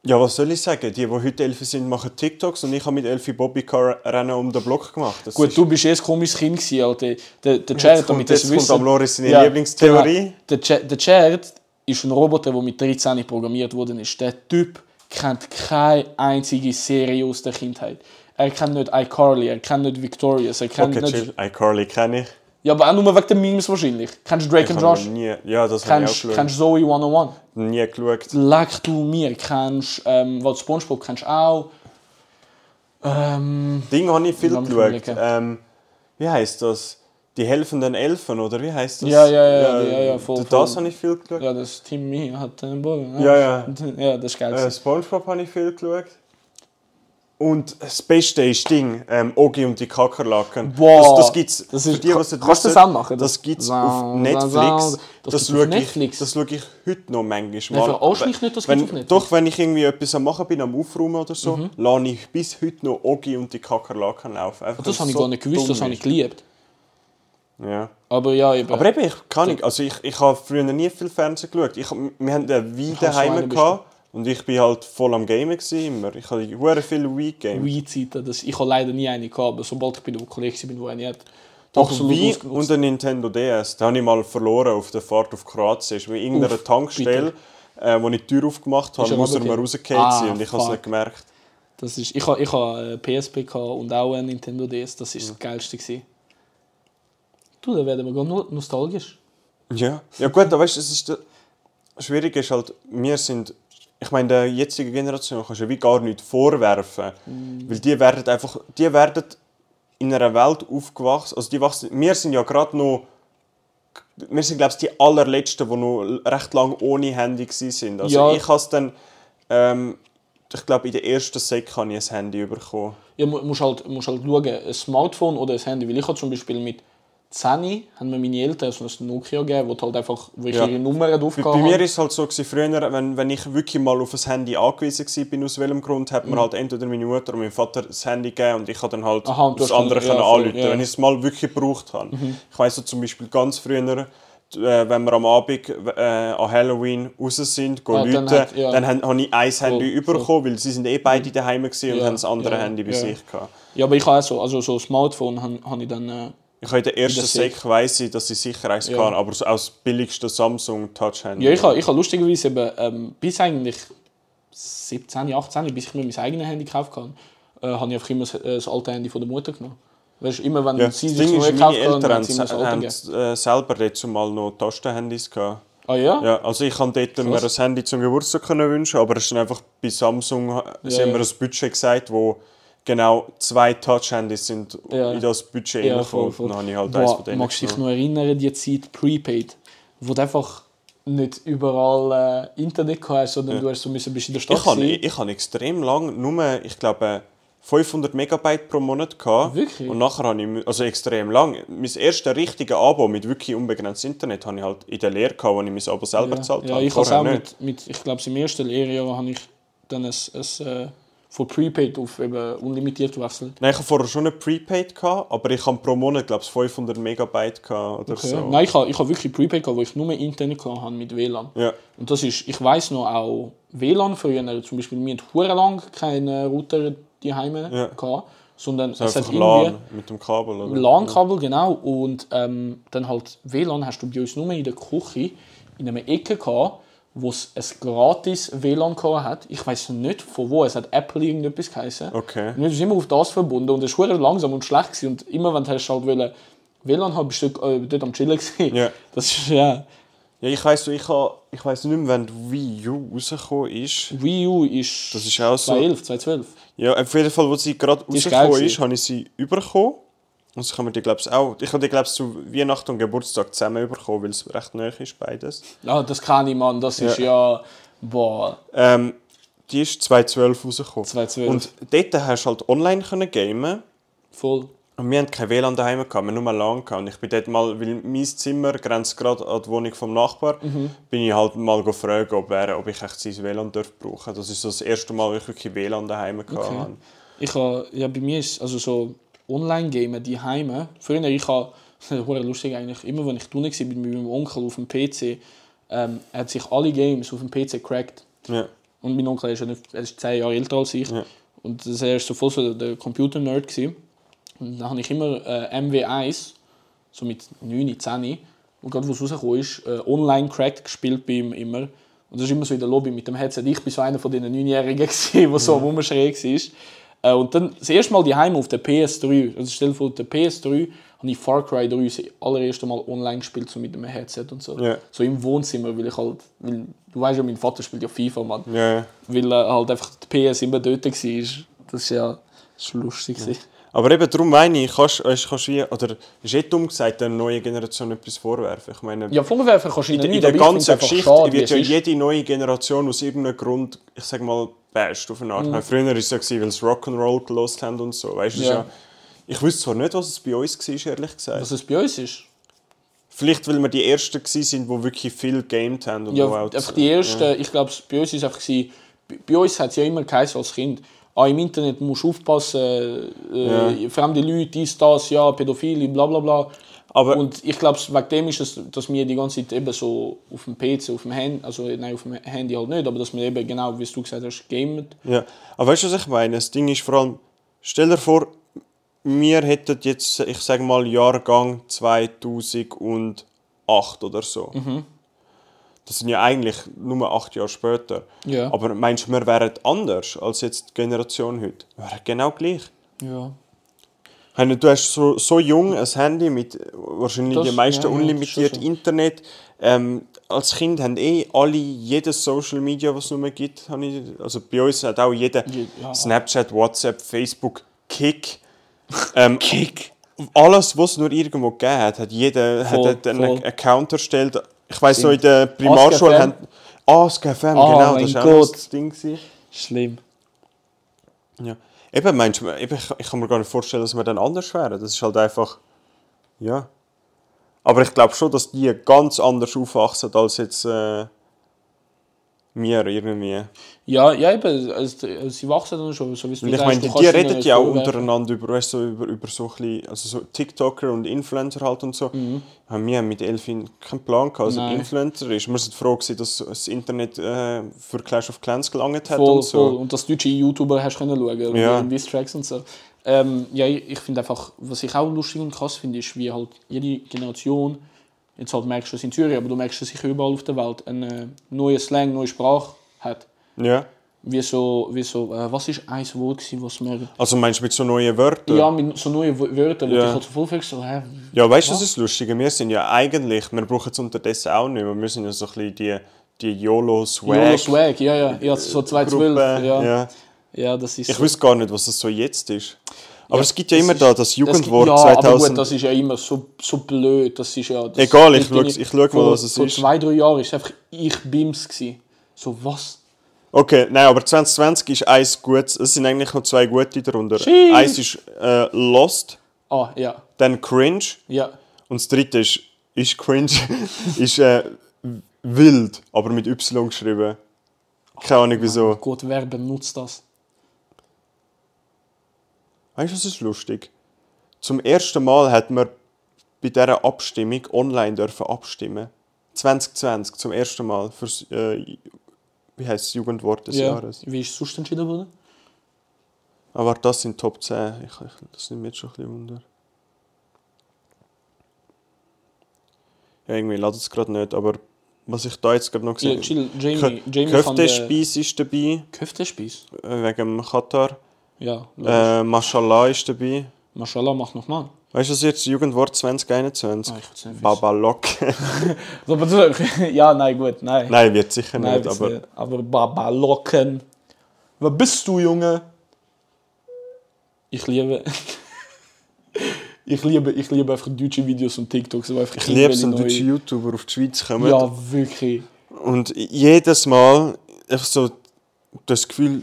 Speaker 1: Ja, was soll ich sagen? Die, die heute Elfi sind, machen TikToks und ich habe mit Elfi Bobbycar-Rennen um den Block gemacht. Das
Speaker 2: Gut,
Speaker 1: ist-
Speaker 2: du bist eh ein komisches Kind gewesen, Alter. Der, der Jared,
Speaker 1: kommt-
Speaker 2: damit
Speaker 1: jetzt
Speaker 2: das
Speaker 1: kommt
Speaker 2: wissen...
Speaker 1: am Loris seine Lieblingstheorie.
Speaker 2: genau. Der, Ja- der Jared ist ein Roboter, der mit 13 programmiert worden ist. Der Typ kennt keine einzige Serie aus der Kindheit. Er kennt nicht iCarly, er kennt nicht Victorious, er kennt
Speaker 1: Okay,
Speaker 2: nicht...
Speaker 1: chill. iCarly kenne ich.
Speaker 2: Ja, aber auch nur wegen den Memes wahrscheinlich. Kennst du Drake
Speaker 1: ich
Speaker 2: und
Speaker 1: habe
Speaker 2: Josh?
Speaker 1: nie, ja, das habe ich auch
Speaker 2: Kennst,
Speaker 1: geschaut.
Speaker 2: kennst Zoe 101?
Speaker 1: nie geschaut.
Speaker 2: Leck du mir, kennst, ähm, was Spongebob kennst du auch. Ähm,
Speaker 1: Ding habe ich viel
Speaker 2: Lass mich
Speaker 1: geschaut.
Speaker 2: überlegen.
Speaker 1: Ähm, wie heißt das? Die helfenden Elfen, oder wie heißt das?
Speaker 2: Ja, ja, ja, ja, ja, voll,
Speaker 1: Das
Speaker 2: voll.
Speaker 1: habe ich viel geschaut.
Speaker 2: ja, das Team Mia hat den Bogen.
Speaker 1: Ja, ja.
Speaker 2: Ja, das ist geil.
Speaker 1: Äh, Spongebob habe ich viel geschaut. Und das Beste ist Ding, ähm, Ogi und die Kakerlaken.
Speaker 2: Boah,
Speaker 1: das, das gibt's.
Speaker 2: das
Speaker 1: für
Speaker 2: ist-
Speaker 1: die, was nicht
Speaker 2: kannst du das
Speaker 1: wissen,
Speaker 2: auch machen?
Speaker 1: Das,
Speaker 2: Das-
Speaker 1: gibt's
Speaker 2: Sau,
Speaker 1: auf
Speaker 2: sau,
Speaker 1: Netflix.
Speaker 2: sau. Das
Speaker 1: Das,
Speaker 2: gibt's auf
Speaker 1: schaue ich,
Speaker 2: Netflix?
Speaker 1: das schaue ich heute noch manchmal.
Speaker 2: Nein, verarsch mich nicht, das
Speaker 1: wenn,
Speaker 2: gibt's auf Netflix. Mhm.
Speaker 1: Doch, wenn ich irgendwie etwas am Machen bin, am Aufräumen oder so, lade ich bis heute noch Ogi und die Kakerlaken laufen. Einfach,
Speaker 2: das
Speaker 1: weil
Speaker 2: habe
Speaker 1: es
Speaker 2: ich
Speaker 1: so
Speaker 2: gar nicht gewusst,
Speaker 1: dumm
Speaker 2: das habe ich
Speaker 1: ist.
Speaker 2: geliebt.
Speaker 1: Ja.
Speaker 2: Aber ja, eben.
Speaker 1: Aber eben, ich kann nicht. Also ich, ich habe früher nie viel Fernsehen geschaut. Ich, wir hatten eine Wii
Speaker 2: kannst du
Speaker 1: daheim
Speaker 2: einer
Speaker 1: gehabt und ich war halt voll am Gamen. Gewesen, immer. Ich hatte sehr viel Wii-Games.
Speaker 2: Wii-Zeiten, das- ich habe leider nie eine gehabt, aber sobald ich bei einem Kollegen bin, der eine hat,
Speaker 1: Doch
Speaker 2: absolut
Speaker 1: Wii
Speaker 2: ausgenutzt.
Speaker 1: und den Nintendo DS, den habe ich mal verloren auf der Fahrt auf Kroatien. Ist bei irgendeiner
Speaker 2: Uff,
Speaker 1: Tankstelle, äh, wo ich die Tür aufgemacht
Speaker 2: Ist
Speaker 1: habe,
Speaker 2: er
Speaker 1: muss er mir
Speaker 2: runtergefallen?
Speaker 1: rausgefallen sein
Speaker 2: Ah,
Speaker 1: und ich habe es
Speaker 2: fuck.
Speaker 1: nicht gemerkt.
Speaker 2: Das ist, ich habe ich ha äh, PSP gehabt und auch ein Nintendo DS, das war das Geilste. Gewesen. Du, da werden wir gar no- nostalgisch.
Speaker 1: Ja, ja gut, aber weißt, du, es ist der- schwierig ist halt, wir sind, ich meine, der jetzigen Generation kannst du ja wie gar nichts vorwerfen, weil die werden einfach, die werden in einer Welt aufgewachsen, also die wachsen, wir sind ja gerade noch, wir sind glaube ich die allerletzten, die noch recht lange ohne Handy gsi sind. Also
Speaker 2: Ja.
Speaker 1: ich has dann, ähm, ich glaube in der ersten Sek habe ich ein Handy bekommen.
Speaker 2: Ja, mu musst halt, musst halt schauen, ein Smartphone oder ein Handy. Weil ich habe zum Beispiel mit 10 haben mir meine Eltern so ein Nokia gegeben, wo, die halt einfach, wo ich
Speaker 1: Ja.
Speaker 2: ihre Nummern drauf
Speaker 1: Bei,
Speaker 2: gehabt
Speaker 1: bei mir
Speaker 2: habe.
Speaker 1: ist es halt so, gewesen, früher, wenn, wenn ich wirklich mal auf ein Handy angewiesen war, bin, aus welchem Grund, hat
Speaker 2: Mhm.
Speaker 1: mir halt entweder meine Mutter oder mein Vater das Handy gegeben und ich habe dann halt
Speaker 2: Aha, und du
Speaker 1: das
Speaker 2: hast
Speaker 1: andere
Speaker 2: dann- ja,
Speaker 1: können
Speaker 2: voll,
Speaker 1: anrufen,
Speaker 2: ja. Mhm.
Speaker 1: wenn ich es mal wirklich gebraucht habe. Ich weiss so zum Beispiel ganz früher, äh, wenn wir am Abend äh, an Halloween raus sind, gehen
Speaker 2: Ah, dann
Speaker 1: Leute,
Speaker 2: hat- ja.
Speaker 1: dann habe ich ein Handy
Speaker 2: voll. Mhm.
Speaker 1: bekommen, weil sie sind eh beide daheim gewesen und
Speaker 2: Ja,
Speaker 1: haben das andere
Speaker 2: ja,
Speaker 1: Handy bei
Speaker 2: ja.
Speaker 1: sich gehabt.
Speaker 2: Ja, aber ich habe auch so, also so ein Smartphone habe hab ich dann... Äh,
Speaker 1: Ich habe in der ersten
Speaker 2: der Sek.
Speaker 1: Sek weiss ich, dass ich sicher eins
Speaker 2: Ja.
Speaker 1: kann, aber so aus billigste Samsung Touch-Handy.
Speaker 2: ja, ich habe ich hab lustigerweise eben, ähm, bis eigentlich 17, 18, bis ich mir mein eigenes Handy gekauft habe, äh, habe ich einfach immer das, äh, das alte Handy von der Mutter genommen. Weißt du, immer wenn
Speaker 1: Ja, das
Speaker 2: sie sich
Speaker 1: Ding
Speaker 2: neu
Speaker 1: ist,
Speaker 2: gekauft haben,
Speaker 1: meine
Speaker 2: haben,
Speaker 1: Eltern
Speaker 2: haben
Speaker 1: haben,
Speaker 2: sie mir das alte
Speaker 1: haben
Speaker 2: gegeben.
Speaker 1: äh, selber dazu mal noch Tastenhandys gehabt.
Speaker 2: Ah ja?
Speaker 1: Ja, also ich konnte dort mir ein
Speaker 2: Krass.
Speaker 1: Handy zum Geburtstag können wünschen, aber es ist dann einfach bei Samsung ja, sie
Speaker 2: Ja,
Speaker 1: haben mir
Speaker 2: ja.
Speaker 1: ein Budget gesagt, wo genau zwei Touch-Handys sind
Speaker 2: Ja.
Speaker 1: in das Budget
Speaker 2: Ja,
Speaker 1: reingekommen.
Speaker 2: voll, voll.
Speaker 1: Dann habe ich halt eins
Speaker 2: Boah,
Speaker 1: von denen
Speaker 2: magst du dich
Speaker 1: genommen.
Speaker 2: noch erinnern, die Zeit Prepaid, wo du einfach nicht überall äh, Internet gehabt hast, sondern du hast so müssen, bist in der Stadt
Speaker 1: Ich habe
Speaker 2: gewesen.
Speaker 1: ich habe extrem lange nur, ich glaube, 500 Megabyte pro Monat gehabt.
Speaker 2: Wirklich?
Speaker 1: Und nachher habe ich, mü- also extrem lang, mein erstes richtiges Abo mit wirklich unbegrenztem Internet habe ich halt in der Lehre gehabt, wo ich mein Abo selber
Speaker 2: ja.
Speaker 1: gezahlt
Speaker 2: ja,
Speaker 1: habe.
Speaker 2: ich habe
Speaker 1: Vorher
Speaker 2: auch
Speaker 1: nicht.
Speaker 2: mit, mit, ich glaube, im ersten Lehrjahr habe ich dann ein, ein, äh, von Prepaid auf eben unlimitiert gewechselt.
Speaker 1: Nein, ich hatte vorher schon eine Prepaid, gehabt, aber ich habe pro Monat, glaube ich, 500 Megabyte gehabt oder
Speaker 2: Okay.
Speaker 1: so.
Speaker 2: Nein, ich habe ich hab wirklich Prepaid gehabt, wo ich nur Internet gehabt habe mit WLAN.
Speaker 1: Ja.
Speaker 2: Und das ist, ich weiß noch auch WLAN früher, zum Beispiel, wir hatten hure lang keinen Router daheim
Speaker 1: Ja.
Speaker 2: gehabt, sondern es
Speaker 1: Also
Speaker 2: hat
Speaker 1: einfach
Speaker 2: irgendwie...
Speaker 1: LAN mit dem Kabel, oder?
Speaker 2: LAN-Kabel, genau. Und ähm, dann halt WLAN hast du bei uns nur in der Küche in einer Ecke gehabt, wo es ein gratis WLAN gehabt hat. Ich weiß nicht von wo, es hat Apple irgendetwas geheißen.
Speaker 1: Okay.
Speaker 2: Und wir sind immer auf das verbunden und es war verdammt langsam und schlecht. Gewesen. Und immer wenn du hast halt wollen, WLAN haben, bist du äh, dort am Chillen. gewesen.
Speaker 1: Ja.
Speaker 2: Das ist ja.
Speaker 1: Ja, ich weiss, ich, ha- ich weiss nicht mehr, wenn die Wii U rausgekommen ist.
Speaker 2: Wii U ist,
Speaker 1: Das ist auch so.
Speaker 2: 2011, 2012.
Speaker 1: Ja, auf jeden Fall, wo sie gerade
Speaker 2: ist geil
Speaker 1: rausgekommen ist,
Speaker 2: gewesen.
Speaker 1: habe ich sie bekommen. Und so haben wir die, glaube ich, auch. Ich habe die, glaube ich, zu Weihnachten und Geburtstag zusammen bekommen, weil es recht neu ist, beides.
Speaker 2: Ja, das kann ich, Mann. Das ist ja. Boah.
Speaker 1: Ähm, die ist 2012 rausgekommen.
Speaker 2: 2012.
Speaker 1: Und dort hast du halt online können gamen.
Speaker 2: Voll.
Speaker 1: Und wir hatten kein WLAN daheim, gehabt, wir hatten nur LAN. gehabt. Und ich bin dort mal, weil mein Zimmer grenzt gerade an die Wohnung vom Nachbar, bin ich halt mal gefragt, ob, er, ob ich echt sein WLAN darf brauchen Das ist so das erste Mal, wo ich wirklich WLAN daheim hatte.
Speaker 2: Okay. Ich habe, ja, bei mir ist also so Online-Gamen, die Heime. Früher, ich habe, hure lustig eigentlich, immer wenn ich tun war mit meinem Onkel auf dem PC, ähm, er hat sich alle Games auf dem PC crackt.
Speaker 1: Ja.
Speaker 2: Und mein Onkel ist, ja nicht, er ist 10 Jahre älter als ich.
Speaker 1: Ja.
Speaker 2: Und das- er war so voll so der- der Computer-Nerd. gewesen. Und dann habe ich immer äh, MW1, so mit 9, 10, und gerade wo es rausgekommen ist, äh, online cracked gespielt bei ihm immer. Und das ist immer so in der Lobby mit dem Headset. Ich war so einer von diesen 9-Jährigen, gewesen, der so rumschräg war. Äh, und dann das erste Mal daheim auf der PS3, also stell dir vor, auf der PS3 habe ich Far Cry 3 das allererste Mal online gespielt, so mit einem Headset und so.
Speaker 1: Ja.
Speaker 2: So im Wohnzimmer, weil ich halt, weil, du weißt ja, mein Vater spielt ja FIFA, Mann
Speaker 1: Ja, ja.
Speaker 2: weil äh, halt einfach die PS immer dort war. Das ist ja das ist lustig. Ja.
Speaker 1: Aber eben darum meine ich, kannst du kannst wie, oder ist eh dumm gesagt, der neuen Generation etwas vorwerfen. Ich meine,
Speaker 2: Ja, vorwerfen kannst du
Speaker 1: in,
Speaker 2: ihnen
Speaker 1: der- in
Speaker 2: nicht,
Speaker 1: der
Speaker 2: aber ich find's
Speaker 1: ganzen
Speaker 2: einfach
Speaker 1: Geschichte
Speaker 2: schade, wie
Speaker 1: wird
Speaker 2: es
Speaker 1: ja
Speaker 2: ist.
Speaker 1: jede neue Generation aus irgendeinem Grund, ich sag mal, best auf eine
Speaker 2: Mhm.
Speaker 1: Art. Ich meine, Früher war es ja, gewesen, weil sie Rock'n'Roll gelost haben und so. Weißt, ja.
Speaker 2: Ja.
Speaker 1: Ja, ich wüsste zwar nicht, was es bei uns war, ehrlich gesagt.
Speaker 2: dass es bei uns ist.
Speaker 1: Vielleicht, weil wir die Ersten waren, die wirklich viel gamed haben. Und
Speaker 2: Ja,
Speaker 1: wo auch-
Speaker 2: einfach die ersten, ich glaube, bei uns ist einfach gewesen, bei- bei uns hat es ja immer geheißen als Kind, ah, im Internet musst du aufpassen, äh, fremde Leute, dies, das, ja, Pädophile, bla bla bla.
Speaker 1: Aber-
Speaker 2: und ich glaube, wegen dem ist es, dass wir die ganze Zeit eben so auf dem PC, auf dem Handy, also nein, auf dem Handy halt nicht, aber dass wir eben genau, wie du gesagt hast, gamen.
Speaker 1: Ja, aber weißt du, was ich meine? Das Ding ist vor allem, stell dir vor, wir hätten jetzt, ich sage mal, Jahrgang 2008 oder so. Das sind ja eigentlich nur acht Jahre später.
Speaker 2: Ja.
Speaker 1: Aber meinst du, wir wären anders als jetzt die Generation heute? Wir wären genau gleich.
Speaker 2: Ja.
Speaker 1: Ich meine, Du hast so, so jung ein Handy mit äh, wahrscheinlich
Speaker 2: Das-
Speaker 1: die meisten
Speaker 2: ja, ja, das ist
Speaker 1: unlimitiert
Speaker 2: schon so.
Speaker 1: Internet. Ähm, als Kind haben eh alle jedes Social Media, was es nur gibt. habe ich- Also bei uns hat auch jeder
Speaker 2: Je- ja.
Speaker 1: Snapchat, WhatsApp, Facebook, Kick. Ähm, Kick. Alles, was es nur irgendwo gegeben hat, hat jeder
Speaker 2: Voll,
Speaker 1: hat einen
Speaker 2: voll.
Speaker 1: Account erstellt. Ich weiß so in der
Speaker 2: AskFM.
Speaker 1: Primarschule haben. AskFM,
Speaker 2: Ah,
Speaker 1: genau,
Speaker 2: mein
Speaker 1: das war auch noch
Speaker 2: Gott.
Speaker 1: das Ding. gewesen.
Speaker 2: Schlimm.
Speaker 1: Ja. Eben, meinst du, eben, ich, ich kann mir gar nicht vorstellen, dass wir dann anders wären. Das ist halt einfach. Ja. Aber ich glaube schon, dass die ganz anders aufwachsen als jetzt. Äh, wir irgendwie.
Speaker 2: Ja, ja eben, also, also sie wachsen dann schon, so wie es
Speaker 1: Weil ich meine, die, die reden ja auch untereinander über, weißt, so, über, über so, ein bisschen, also so TikToker und Influencer halt und so. Haben wir haben mit Elfin keinen Plan gehabt, also
Speaker 2: Mhm. Nein.
Speaker 1: Influencer ist. Wir sind froh, gewesen, dass das Internet äh, für Clash of Clans gelangt hat
Speaker 2: voll,
Speaker 1: und so.
Speaker 2: Voll. Und dass deutsche YouTuber hast können schauen,
Speaker 1: Ja.
Speaker 2: ja. in Distracks und so. Ähm, ja, ich, ich finde einfach, was ich auch lustig und krass finde, ist, wie halt jede Generation, jetzt halt merkst du es in Zürich, aber du merkst es sicher überall auf der Welt, eine äh, neue Slang, neue Sprache hat.
Speaker 1: Ja.
Speaker 2: Wie so, wie so äh, was ist ein Wort gewesen, was wir...
Speaker 1: Also meinst du mit so neuen Wörtern?
Speaker 2: Ja, mit so neuen Wo- Wörtern, wo
Speaker 1: Ja.
Speaker 2: ich halt so voll fragst, so, hä,
Speaker 1: Ja, weißt du, das ist lustig. Wir sind ja eigentlich, wir brauchen es unterdessen auch nicht mehr. Wir sind ja so ein bisschen die, die
Speaker 2: YOLO
Speaker 1: YOLO-Swag-Gruppe.
Speaker 2: Swag, ja, ja, ja, so 2012, ja. ja. das ist
Speaker 1: Äh, Ich
Speaker 2: so.
Speaker 1: weiß gar nicht, was das so jetzt ist. Aber es gibt ja immer
Speaker 2: ist-
Speaker 1: da das
Speaker 2: Das gibt-
Speaker 1: Jugendwort
Speaker 2: ja, Aber
Speaker 1: 2000.
Speaker 2: gut, das ist ja immer so, so blöd. Das ist ja, das
Speaker 1: Egal, ich
Speaker 2: bin
Speaker 1: schau's- ich schau mal,
Speaker 2: vor-
Speaker 1: was es
Speaker 2: vor
Speaker 1: ist.
Speaker 2: zwei, drei Jahren war es einfach ich Bims. Gewesen. So was?
Speaker 1: okay, nein, aber 2020 ist eins gutes. Es sind eigentlich noch zwei gute darunter.
Speaker 2: Sheesh.
Speaker 1: Eins ist äh, Lost,
Speaker 2: Ah, ja.
Speaker 1: dann Cringe
Speaker 2: Ja.
Speaker 1: und das dritte ist, ist Cringe, ist äh, wild, aber mit Y geschrieben. Keine Ahnung wieso.
Speaker 2: Gut, wer benutzt das?
Speaker 1: Weißt du, was ist lustig? Zum ersten Mal hat man bei dieser Abstimmung online dürfen abstimmen. 2020 zum ersten Mal fürs äh, wie heißt es Jugendwort des
Speaker 2: Ja.
Speaker 1: Jahres.
Speaker 2: Wie ist es sonst entschieden worden?
Speaker 1: Aber das sind Top 10. Ich, ich, das nimmt mich jetzt schon ein bisschen wunder. Ja, irgendwie lädt es gerade nicht, aber was ich da jetzt gerade noch
Speaker 2: Ja,
Speaker 1: gesehen
Speaker 2: chill, Jamie.
Speaker 1: habe.
Speaker 2: Jamie kann den-
Speaker 1: Köftespeis ist dabei,
Speaker 2: Köftespeis?
Speaker 1: äh, wegen dem Katar.
Speaker 2: Ja.
Speaker 1: Äh, Mashallah ist dabei.
Speaker 2: Mashallah, mach nochmal.
Speaker 1: Weißt du, was jetzt Jugendwort
Speaker 2: Ah,
Speaker 1: 2021?
Speaker 2: ich hab's nicht
Speaker 1: Babalok.
Speaker 2: So, aber zurück. ja, nein, gut, nein.
Speaker 1: Nein, wird sicher
Speaker 2: Nein,
Speaker 1: nicht,
Speaker 2: wird's
Speaker 1: aber
Speaker 2: nicht. aber Babalocken. Wer bist du, Junge? Ich liebe. ich liebe, ich liebe einfach deutsche Videos und TikToks, wo einfach
Speaker 1: ich liebe es, wenn
Speaker 2: irgendwelche
Speaker 1: deutsche YouTuber auf die Schweiz kommen.
Speaker 2: neue- Ja, wirklich.
Speaker 1: Und jedes Mal, ich so das Gefühl,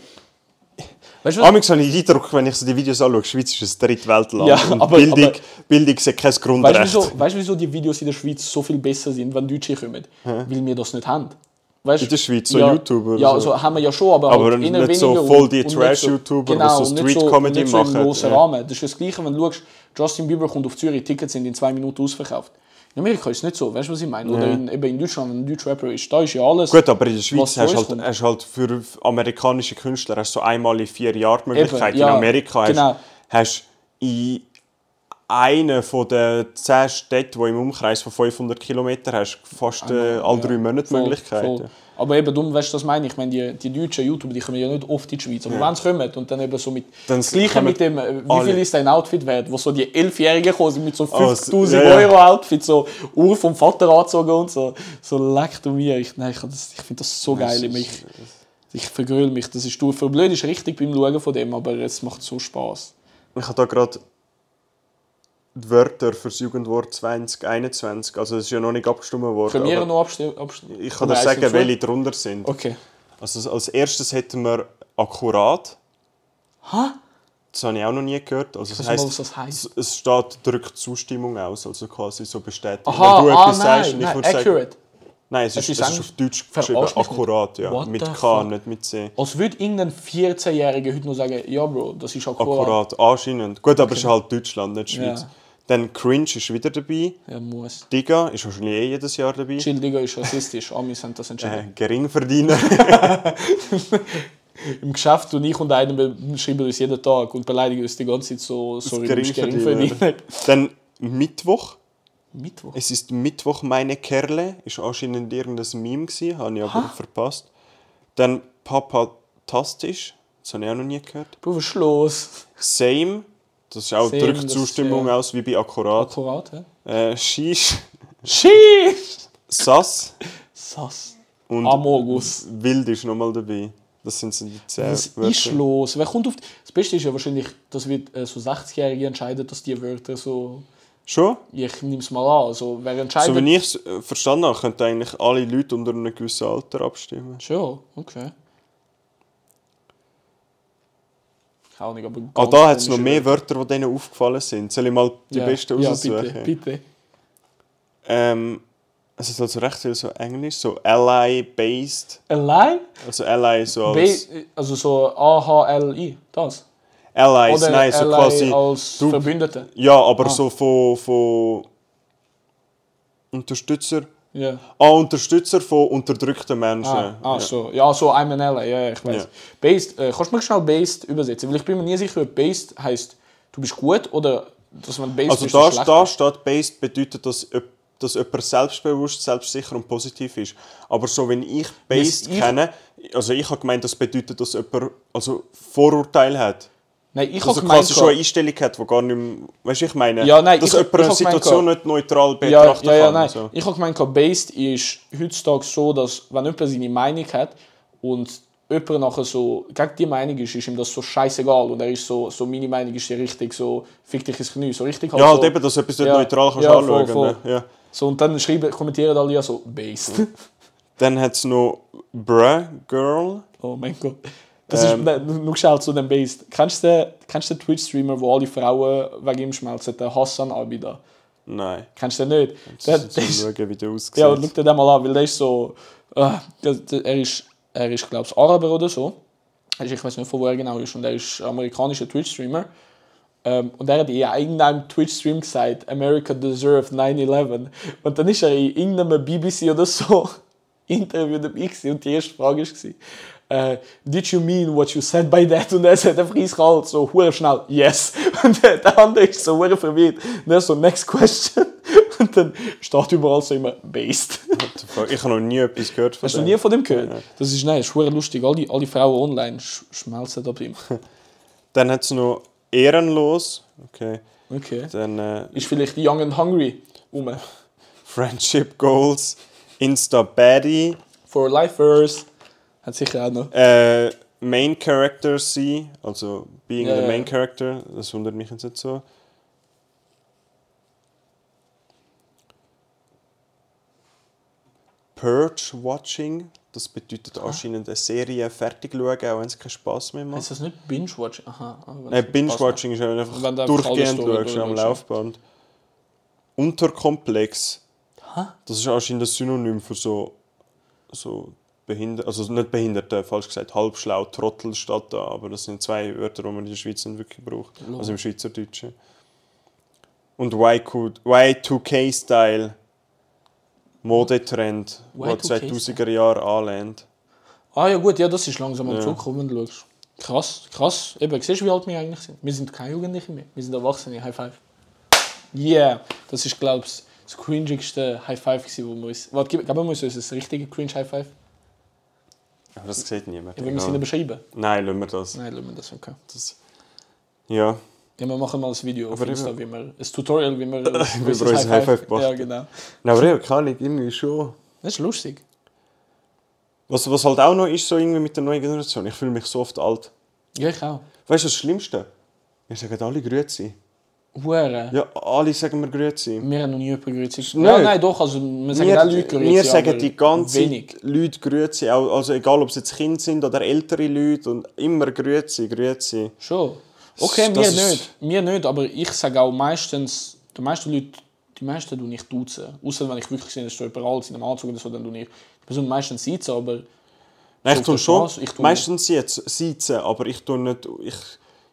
Speaker 2: Weißt du was?
Speaker 1: Amigs habe ich den Eindruck, wenn ich so die Videos anschaue, die Schweiz ist ein Drittweltland.
Speaker 2: Ja,
Speaker 1: und
Speaker 2: aber-
Speaker 1: Bildung,
Speaker 2: aber-
Speaker 1: Bildung ist kein
Speaker 2: Weißt du,
Speaker 1: Grundrecht.
Speaker 2: wieso, weißt, du, wieso die Videos in der Schweiz so viel besser sind, wenn Deutsche kommen? Weil wir das nicht haben. Weißt, du?
Speaker 1: In der Schweiz, so
Speaker 2: ja,
Speaker 1: YouTuber,
Speaker 2: Ja,
Speaker 1: so.
Speaker 2: also haben wir ja schon, aber,
Speaker 1: Aber
Speaker 2: halt
Speaker 1: nicht
Speaker 2: eher
Speaker 1: so
Speaker 2: weniger
Speaker 1: voll die
Speaker 2: und- und nicht
Speaker 1: Trash-YouTuber, die
Speaker 2: genau,
Speaker 1: so
Speaker 2: und nicht
Speaker 1: Street-Comedy
Speaker 2: nicht so im
Speaker 1: machen.
Speaker 2: grossen
Speaker 1: Ja.
Speaker 2: Rahmen. Das ist das Gleiche, wenn du schaust, Justin Bieber kommt auf Zürich, Tickets sind in zwei Minuten ausverkauft. In Amerika ist es nicht so, weißt du, was ich meine? Oder
Speaker 1: Ja.
Speaker 2: in, eben in Deutschland, wenn ein deutscher Rapper ist, da ist ja alles.
Speaker 1: Gut, aber in der
Speaker 2: Was
Speaker 1: Schweiz
Speaker 2: zu
Speaker 1: hast du
Speaker 2: uns
Speaker 1: halt,
Speaker 2: kommt.
Speaker 1: hast halt für amerikanische Künstler hast du so einmal in vier Jahren die Möglichkeit.
Speaker 2: ja,
Speaker 1: in Amerika hast,
Speaker 2: genau.
Speaker 1: hast in einer von den zehn Städten, die im Umkreis von 500 Kilometern hast, fast äh, alle drei Monate
Speaker 2: Ah, Voll,
Speaker 1: Möglichkeiten.
Speaker 2: voll. Aber eben, darum, weißt du, das meine ich. ich meine, die, die deutschen YouTuber, die kommen ja nicht oft in die Schweiz. Aber wenn sie kommen und dann eben so mit...
Speaker 1: Dann
Speaker 2: das Gleiche
Speaker 1: kommen
Speaker 2: mit dem, äh, wie
Speaker 1: alle.
Speaker 2: viel ist dein Outfit wert? Wo so die Elfjährigen kommen sind mit so
Speaker 1: Ah, es-
Speaker 2: 50'000
Speaker 1: ja, ja.
Speaker 2: Euro Outfit, so Uhr vom Vater angezogen und so. So leck du mir. Ich, nein, ich, hab das- ich finde das so geil.
Speaker 1: ist-
Speaker 2: Ich, ich vergröle mich. Das ist du verblöd, ist richtig beim Schauen von dem, aber es macht so Spaß.
Speaker 1: Ich habe da gerade die Wörter für das Jugendwort 2021. Also es ist ja noch nicht abgestimmt worden.
Speaker 2: Können wir
Speaker 1: aber
Speaker 2: noch abstimmen? abstimmen?
Speaker 1: ich kann
Speaker 2: Oder
Speaker 1: dir
Speaker 2: eins
Speaker 1: sagen,
Speaker 2: dazu?
Speaker 1: welche drunter sind.
Speaker 2: Okay.
Speaker 1: Also als erstes hätten wir akkurat.
Speaker 2: Ha?
Speaker 1: Das habe ich auch noch nie gehört. Also
Speaker 2: Ich
Speaker 1: das
Speaker 2: weiß
Speaker 1: heisst,
Speaker 2: nicht mal, was das heisst.
Speaker 1: es- es steht, drückt Zustimmung aus, also quasi so bestätigt.
Speaker 2: Aha, ah,
Speaker 1: und
Speaker 2: nein,
Speaker 1: ich
Speaker 2: nein,
Speaker 1: würde sagen-
Speaker 2: accurate.
Speaker 1: nein, es ist,
Speaker 2: ist
Speaker 1: es ist
Speaker 2: Englisch.
Speaker 1: auf Deutsch
Speaker 2: Verarsch
Speaker 1: geschrieben,
Speaker 2: mich nicht.
Speaker 1: akkurat, ja.
Speaker 2: What
Speaker 1: mit
Speaker 2: the
Speaker 1: K,
Speaker 2: fuck?
Speaker 1: nicht mit C.
Speaker 2: Als würde irgendein 14-Jähriger heute noch sagen, ja Bro, das ist akkurat.
Speaker 1: Akkurat, anscheinend. Gut, aber es ist halt Deutschland, nicht Schweiz.
Speaker 2: Ja.
Speaker 1: Dann Cringe ist wieder dabei.
Speaker 2: Er muss.
Speaker 1: Digga ist wahrscheinlich eh jedes Jahr dabei.
Speaker 2: Chill, Digga, ist rassistisch. Amis haben das entschieden.
Speaker 1: Äh, Geringverdiener.
Speaker 2: Im Geschäft und ich und einer be- schreiben uns jeden Tag und beleidigen uns die ganze Zeit so, sorry, du bist
Speaker 1: Geringverdiener.
Speaker 2: Geringverdiener.
Speaker 1: Dann Mittwoch.
Speaker 2: Mittwoch?
Speaker 1: Es ist Mittwoch, meine Kerle. Ist anscheinend irgendein Meme gewesen, habe ich aber verpasst. Dann Papatastisch. Das habe ich auch noch nie gehört.
Speaker 2: Bro, was ist los?
Speaker 1: Same. Das ist auch
Speaker 2: Same,
Speaker 1: drückt
Speaker 2: das-
Speaker 1: Zustimmung
Speaker 2: ja.
Speaker 1: aus, wie bei Akkurat.
Speaker 2: Akkurat, hä?
Speaker 1: Äh, Shish,
Speaker 2: Sheesh!
Speaker 1: Sass
Speaker 2: Sass.
Speaker 1: und
Speaker 2: Amogus.
Speaker 1: Wild ist nochmal dabei. Das sind so die zehn
Speaker 2: Was ist
Speaker 1: Wörter.
Speaker 2: los? Wer kommt auf die... Das Beste ist ja wahrscheinlich, dass wir äh, so 60-Jährige entscheiden, dass die Wörter so...
Speaker 1: Schon?
Speaker 2: Ich nehme es mal an. Also, wer
Speaker 1: So
Speaker 2: entscheidet...
Speaker 1: wie ich es verstanden habe, könnten eigentlich alle Leute unter einem gewissen Alter abstimmen.
Speaker 2: Schon, okay. Keine Ahnung, aber.
Speaker 1: Ah,
Speaker 2: ganz
Speaker 1: da hat es noch
Speaker 2: komische
Speaker 1: mehr Wörter, die denen aufgefallen sind. Soll ich mal die
Speaker 2: Ja,
Speaker 1: besten
Speaker 2: ja,
Speaker 1: raussuchen?
Speaker 2: bitte, bitte.
Speaker 1: Ähm, es ist also recht viel so Englisch, so Ally-based.
Speaker 2: Ally?
Speaker 1: Also Ally so
Speaker 2: B,
Speaker 1: als...
Speaker 2: also so A-H-L-I, das.
Speaker 1: Allies,
Speaker 2: Oder
Speaker 1: nein, so
Speaker 2: Ally
Speaker 1: quasi...
Speaker 2: als Ah.
Speaker 1: du-
Speaker 2: Verbündete.
Speaker 1: Ja, aber so von... von Unterstützer...
Speaker 2: Ja.
Speaker 1: Ah, Unterstützer von unterdrückten Menschen.
Speaker 2: Ah, ah
Speaker 1: ja.
Speaker 2: so. Ja, so I'm an Ally, ja, ja, ich weiß.
Speaker 1: Ja.
Speaker 2: Based, äh, kannst du mir schnell Based übersetzen? Weil ich bin mir nie sicher, ob Based heisst, du bist gut oder dass man Based
Speaker 1: Also
Speaker 2: ist,
Speaker 1: da,
Speaker 2: du schlecht
Speaker 1: da
Speaker 2: bist.
Speaker 1: steht «based» bedeutet, dass, jemand- dass jemand selbstbewusst, selbstsicher und positiv ist. Aber so, wenn ich «based»
Speaker 2: ich-
Speaker 1: kenne... Also ich habe gemeint, das bedeutet, dass jemand also Vorurteile hat.
Speaker 2: Nein, ich
Speaker 1: Dass
Speaker 2: habe
Speaker 1: er also quasi
Speaker 2: gemeint,
Speaker 1: schon eine Einstellung hat, die gar nicht mehr... Weißt du, ich meine,
Speaker 2: Ja, nein,
Speaker 1: dass
Speaker 2: ich-
Speaker 1: jemand
Speaker 2: ich
Speaker 1: eine
Speaker 2: hab gemeint,
Speaker 1: Situation nicht neutral
Speaker 2: Ja,
Speaker 1: betrachten
Speaker 2: ja, ja,
Speaker 1: kann.
Speaker 2: nein.
Speaker 1: So.
Speaker 2: Ich habe gemeint, Based ist heutzutage so, dass wenn jemand seine Meinung hat und jemand nachher so gegen die Meinung ist, ist ihm das so scheißegal und er ist so, so meine Meinung ist die richtig, so fick dich ins Knie, so richtig
Speaker 1: Ja, halt
Speaker 2: so,
Speaker 1: eben, dass du etwas nicht
Speaker 2: Ja,
Speaker 1: neutral kannst
Speaker 2: ja,
Speaker 1: anschauen
Speaker 2: voll, voll.
Speaker 1: Ne? Ja.
Speaker 2: so und dann schreiben, kommentieren alle ja so
Speaker 1: Mhm.
Speaker 2: Based.
Speaker 1: Dann hat es noch «bruh girl».
Speaker 2: oh mein Gott. Das
Speaker 1: Ähm.
Speaker 2: ist nein, nur nur geschaut zu dem Based. Kennst du den, kennst du den Twitch-Streamer, wo alle Frauen wegen ihm schmelzen, den Hassan Abida?
Speaker 1: Nein.
Speaker 2: Kennst du den nicht? Der,
Speaker 1: Das ist
Speaker 2: der
Speaker 1: jetzt
Speaker 2: ist,
Speaker 1: mal schauen, wie der aussieht.
Speaker 2: Ja, und schau dir den mal an, weil der ist so. Äh, der, der, er ist, er ist glaube ich, Araber oder so. Er ist- Ich weiß nicht, von wo er genau ist. Und er ist amerikanischer Twitch-Streamer. Ähm, und er hat in irgendeinem Twitch-Stream gesagt, America deserved 9-11. Und dann ist er in irgendeinem BBC oder so Interview dabei gewesen. Und die erste Frage war, äh, Did you mean what you said by that? Und er sagt einfach eiskalt, so hure schnell, yes. Und der, der andere ist so hure verwirrt. Und er so, next question. Und dann steht überall so immer «Based».
Speaker 1: What the fuck? Ich habe noch nie etwas gehört von
Speaker 2: Hast du
Speaker 1: dem.
Speaker 2: nie von dem gehört? Das ist, nein, das ist verdammt lustig. Alle, alle Frauen online sch schmelzen ab ihm.
Speaker 1: Dann hat es noch «Ehrenlos». Okay.
Speaker 2: Okay.
Speaker 1: Dann äh,
Speaker 2: Ist vielleicht die Young and Hungry um. rum.
Speaker 1: «Friendship Goals». «Insta Baddie».
Speaker 2: For Lifers. Hat sicher auch noch.
Speaker 1: Äh, Main Character sein, also being
Speaker 2: Ja,
Speaker 1: the
Speaker 2: ja.
Speaker 1: main character, das wundert mich jetzt nicht so. Purge Watching, das bedeutet anscheinend eine Serie fertig schauen, auch wenn es keinen Spaß mehr macht.
Speaker 2: Ist das nicht Binge-Watching? Aha. ah, wenn es
Speaker 1: Nein,
Speaker 2: nicht
Speaker 1: Binge
Speaker 2: passt.
Speaker 1: Watching ist ja einfach
Speaker 2: Wenn du einfach
Speaker 1: durchgehend
Speaker 2: alles durch-
Speaker 1: schaust, am
Speaker 2: durchschaust.
Speaker 1: Laufband. Unterkomplex,
Speaker 2: Hä?
Speaker 1: das ist anscheinend ein Synonym für so, so behindert, also nicht Behinderte, falsch gesagt, halbschlau, Trottel statt da, aber das sind zwei Wörter, die man in der Schweiz nicht wirklich braucht,
Speaker 2: Lol.
Speaker 1: also im Schweizerdeutschen. Und Y2- Y2K-Style, Modetrend, der
Speaker 2: Y2K
Speaker 1: 2000er Jahre anlehnt.
Speaker 2: Ah ja gut, ja, das ist langsam am
Speaker 1: Ja.
Speaker 2: Zurückkommen, wenn du schaust. Krass, krass. Eben, siehst du, wie alt wir eigentlich sind? Wir sind keine Jugendlichen mehr, wir sind Erwachsene. High Five. Yeah, das ist, glaube ich, das cringigste High Five, gewesen, wo wir uns... Warte, geben wir uns unser richtiges cringe High Five?
Speaker 1: Aber das sieht niemand.
Speaker 2: Ja, wir müssen
Speaker 1: Egal.
Speaker 2: ihn beschreiben.
Speaker 1: Nein, lassen wir das.
Speaker 2: Nein, lassen wir das okay.
Speaker 1: das. Ja,
Speaker 2: Ja, wir machen mal ein Video auf
Speaker 1: Aber
Speaker 2: Insta, wie wir... Ein Tutorial, wie wir...
Speaker 1: wir uns High Five machen.
Speaker 2: Ja, genau.
Speaker 1: Nein, aber ja, kann ich irgendwie schon.
Speaker 2: Das ist lustig.
Speaker 1: Was, was halt auch noch ist, so irgendwie mit der neuen Generation, ich fühle mich so oft alt.
Speaker 2: Ja, ich auch.
Speaker 1: Weißt du, das Schlimmste? Wir sagen alle Grüezi.
Speaker 2: Hure.
Speaker 1: Ja, alle sagen mir Grüezi.
Speaker 2: Wir haben noch nie jemanden grüezi.
Speaker 1: Nein.
Speaker 2: Ja, nein, doch, also wir sagen auch Leute grüezi,
Speaker 1: wir sagen
Speaker 2: aber
Speaker 1: die ganze
Speaker 2: Wenig.
Speaker 1: Zeit Leute Grüezi, auch- also egal ob es jetzt Kinder sind oder ältere Leute und immer Grüezi, Grüezi.
Speaker 2: Schon. Okay,
Speaker 1: Das
Speaker 2: mir
Speaker 1: ist-
Speaker 2: nicht. Mir nicht, aber ich sage auch meistens, die meisten Leute, die meisten tun ich duzen. Außer wenn ich wirklich sehe, dass da jemand alt in einem Anzug oder so, dann tue ich die Person meistens sitzen, aber
Speaker 1: Nein, ich
Speaker 2: Auf der
Speaker 1: tue schon
Speaker 2: Straße, ich tue-
Speaker 1: meistens jetzt sitzen, aber ich tue nicht, ich,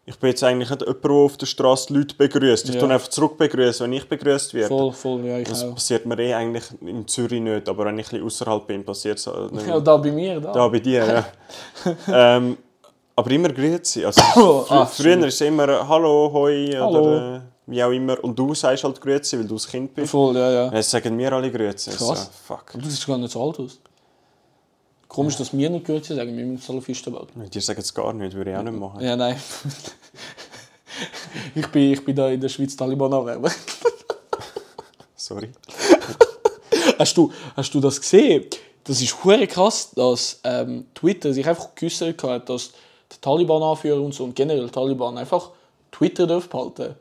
Speaker 1: ich bin jetzt eigentlich nicht jemand, der auf der Straße Leute begrüßt. Ich
Speaker 2: Ja.
Speaker 1: tue einfach zurück begrüßen, wenn ich begrüßt werde.
Speaker 2: voll, voll, ja, ich
Speaker 1: Das
Speaker 2: auch.
Speaker 1: passiert mir eh eigentlich in Zürich nicht, aber wenn ich ein bisschen außerhalb bin, passiert es halt nicht.
Speaker 2: Ja, da bei mir, da.
Speaker 1: Da bei dir, ja. ähm, aber immer Grüezi. Also,
Speaker 2: Oh,
Speaker 1: frü
Speaker 2: ah,
Speaker 1: früher ist es immer äh, Hallo, Hoi
Speaker 2: Hallo.
Speaker 1: oder äh, wie auch immer. Und du sagst halt Grüezi, weil du ein Kind bist.
Speaker 2: Voll, ja, ja.
Speaker 1: Jetzt sagen wir alle Grüezi. So,
Speaker 2: Krass.
Speaker 1: fuck.
Speaker 2: Du siehst gar nicht so alt aus. Komisch, dass wir nicht grüezi sagen, wir müssen alle Fisten bauen.
Speaker 1: Mit dir sagen es gar nicht, würde ich auch nicht machen.
Speaker 2: Ja, nein. ich, bin, ich bin da in der Schweiz Taliban anwerben.
Speaker 1: Sorry.
Speaker 2: Hast du, hast du das gesehen? Das ist hure krass, dass ähm, Twitter sich einfach geäussert hat, dass die Taliban-Anführer und so und generell die Taliban einfach Twitter dürfen behalten.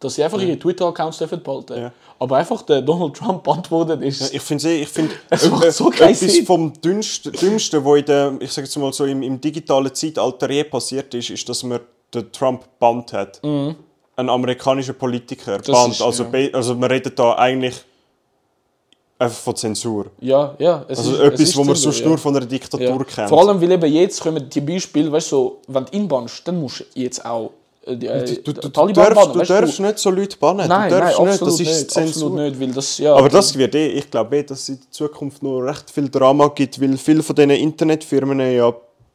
Speaker 2: Dass sie einfach ihre Twitter-Accounts dürfen behalten.
Speaker 1: Ja.
Speaker 2: Aber einfach der Donald Trump beantwortet ist.
Speaker 1: Ich finde ich find
Speaker 2: Es macht so keinen
Speaker 1: etwas
Speaker 2: Sinn.
Speaker 1: vom Dünnsten, Dünnsten was in der, ich sag jetzt mal so, im, im digitalen Zeitalter je passiert ist, ist, dass man den Trump bannt hat. Ein amerikanischer Politiker bannt.
Speaker 2: Mhm. ist-
Speaker 1: Also,
Speaker 2: ja.
Speaker 1: be- also man redet da eigentlich einfach von Zensur.
Speaker 2: Ja, ja. Es
Speaker 1: Also
Speaker 2: ist, es
Speaker 1: etwas,
Speaker 2: ist
Speaker 1: wo man
Speaker 2: Zensur,
Speaker 1: sonst
Speaker 2: ja.
Speaker 1: nur von einer Diktatur
Speaker 2: ja.
Speaker 1: kennt.
Speaker 2: Vor allem, weil eben jetzt kommen die Beispiele, weißt du, so, wenn du inbannst, dann musst du jetzt auch äh, die, äh,
Speaker 1: du, du, du,
Speaker 2: die
Speaker 1: darfst,
Speaker 2: bannen,
Speaker 1: du
Speaker 2: weißt
Speaker 1: darfst nicht so Leute bannen.
Speaker 2: Nein,
Speaker 1: du darfst
Speaker 2: nein,
Speaker 1: nicht. Das
Speaker 2: absolut
Speaker 1: ist
Speaker 2: nicht,
Speaker 1: Zensur.
Speaker 2: absolut nicht, weil das ja...
Speaker 1: Aber das wird eh, ich glaube eh, dass es in der Zukunft noch recht viel Drama gibt, weil viele von diesen Internetfirmen ja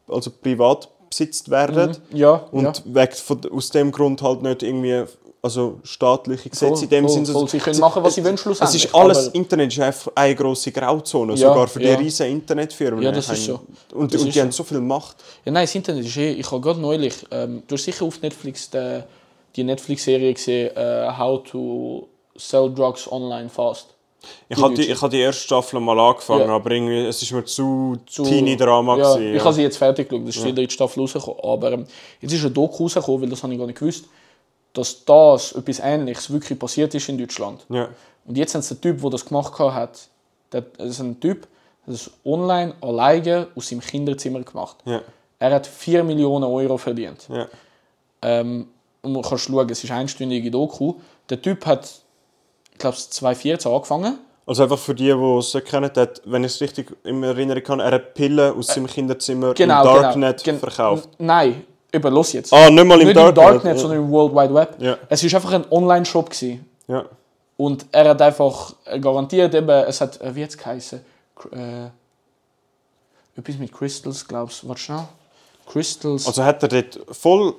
Speaker 1: also privat besitzt werden
Speaker 2: Mhm. ja,
Speaker 1: und
Speaker 2: ja.
Speaker 1: wegen von, aus dem Grund halt nicht irgendwie also staatliche Gesetze
Speaker 2: Voll,
Speaker 1: in dem
Speaker 2: voll,
Speaker 1: Sinne.
Speaker 2: voll. Sie können machen, was sie wollen
Speaker 1: Es
Speaker 2: schlussendlich,
Speaker 1: ist alles,
Speaker 2: aber-
Speaker 1: Internet ist einfach eine grosse Grauzone,
Speaker 2: Ja,
Speaker 1: sogar für die
Speaker 2: ja.
Speaker 1: riesen Internetfirmen.
Speaker 2: Ja, das
Speaker 1: haben-
Speaker 2: ist so.
Speaker 1: Und,
Speaker 2: Das
Speaker 1: und
Speaker 2: ist
Speaker 1: die
Speaker 2: so.
Speaker 1: haben so viel Macht.
Speaker 2: Ja, nein, das Internet ist eh. Ich habe gerade neulich, ähm, du hast sicher auf Netflix den, die Netflix-Serie gesehen, äh, How to Sell Drugs Online Fast.
Speaker 1: Ich
Speaker 2: Die
Speaker 1: habe die,
Speaker 2: Deutschen.
Speaker 1: ich hab die erste Staffel mal angefangen,
Speaker 2: Ja.
Speaker 1: aber irgendwie, es ist mir zu,
Speaker 2: Zu-
Speaker 1: Teenie-Drama.
Speaker 2: Ja,
Speaker 1: gewesen,
Speaker 2: Ich
Speaker 1: ja.
Speaker 2: habe sie jetzt fertig geschaut, das ist die dritte Staffel rausgekommen. Aber ähm, jetzt ist ein Doku rausgekommen, weil das habe ich gar nicht gewusst, dass das etwas Ähnliches wirklich passiert ist in Deutschland.
Speaker 1: ja.
Speaker 2: Und jetzt haben sie den Typ, der das gemacht hat, der, das ist ein Typ, der das online alleine aus seinem Kinderzimmer gemacht.
Speaker 1: Ja.
Speaker 2: Er hat 4 Millionen Euro verdient.
Speaker 1: Ja.
Speaker 2: Ähm, und man kann schauen, es ist eine einstündige Doku. Der Typ hat, ich glaube, 2014 angefangen.
Speaker 1: Also einfach für die, die es nicht kennen, der hat, wenn ich es richtig im Erinnern kann, er hat Pillen aus seinem Kinderzimmer
Speaker 2: Genau,
Speaker 1: im Darknet
Speaker 2: genau. Gen-
Speaker 1: verkauft.
Speaker 2: N- Nein, eben, los jetzt.
Speaker 1: Ah, nicht mal im
Speaker 2: Nicht
Speaker 1: Darknet.
Speaker 2: im Darknet, sondern im World Wide Web.
Speaker 1: Ja.
Speaker 2: Es war einfach ein Online-Shop. gewesen.
Speaker 1: ja.
Speaker 2: Und er hat einfach äh, garantiert, eben, es hat, äh, wie hat es geheißen? Cr- Äh, etwas mit Crystals, glaubst du? Warte schnell. Crystals.
Speaker 1: Also hat er dort voll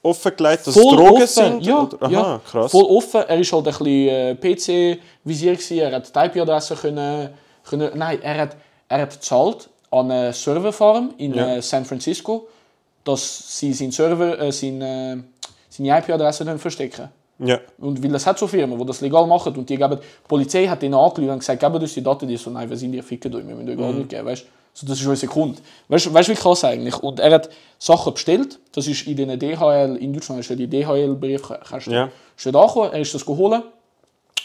Speaker 1: offengelegt, dass es
Speaker 2: Voll
Speaker 1: Drogen
Speaker 2: offen,
Speaker 1: sind?
Speaker 2: ja,
Speaker 1: Oder- Aha,
Speaker 2: ja.
Speaker 1: krass.
Speaker 2: Voll offen. Er ist halt ein bisschen äh, PC-Visier, gewesen. er hat IP-Adressen können, können... Nein, er hat, er hat gezahlt an eine Serverfarm in
Speaker 1: Ja.
Speaker 2: äh, San Francisco, dass sie seinen Server, äh, seine, äh, seine IP-Adresse können verstecken
Speaker 1: Ja,
Speaker 2: und weil es hat so Firmen, die das legal machen und die geben, die Polizei hat ihnen angelüht und gesagt, gebt uns die Daten, die so, nein, wir sind ihr Ficken, durch, wir müssen euch gar nicht geben, weißt so, das ist unser Kunde. Weißt du, wie krass eigentlich? Und er hat Sachen bestellt, das ist in den DHL, in Deutschland ist ja die DHL-Brief, kannst du,
Speaker 1: Ja.
Speaker 2: ist dort angekommen, er ist das geholt,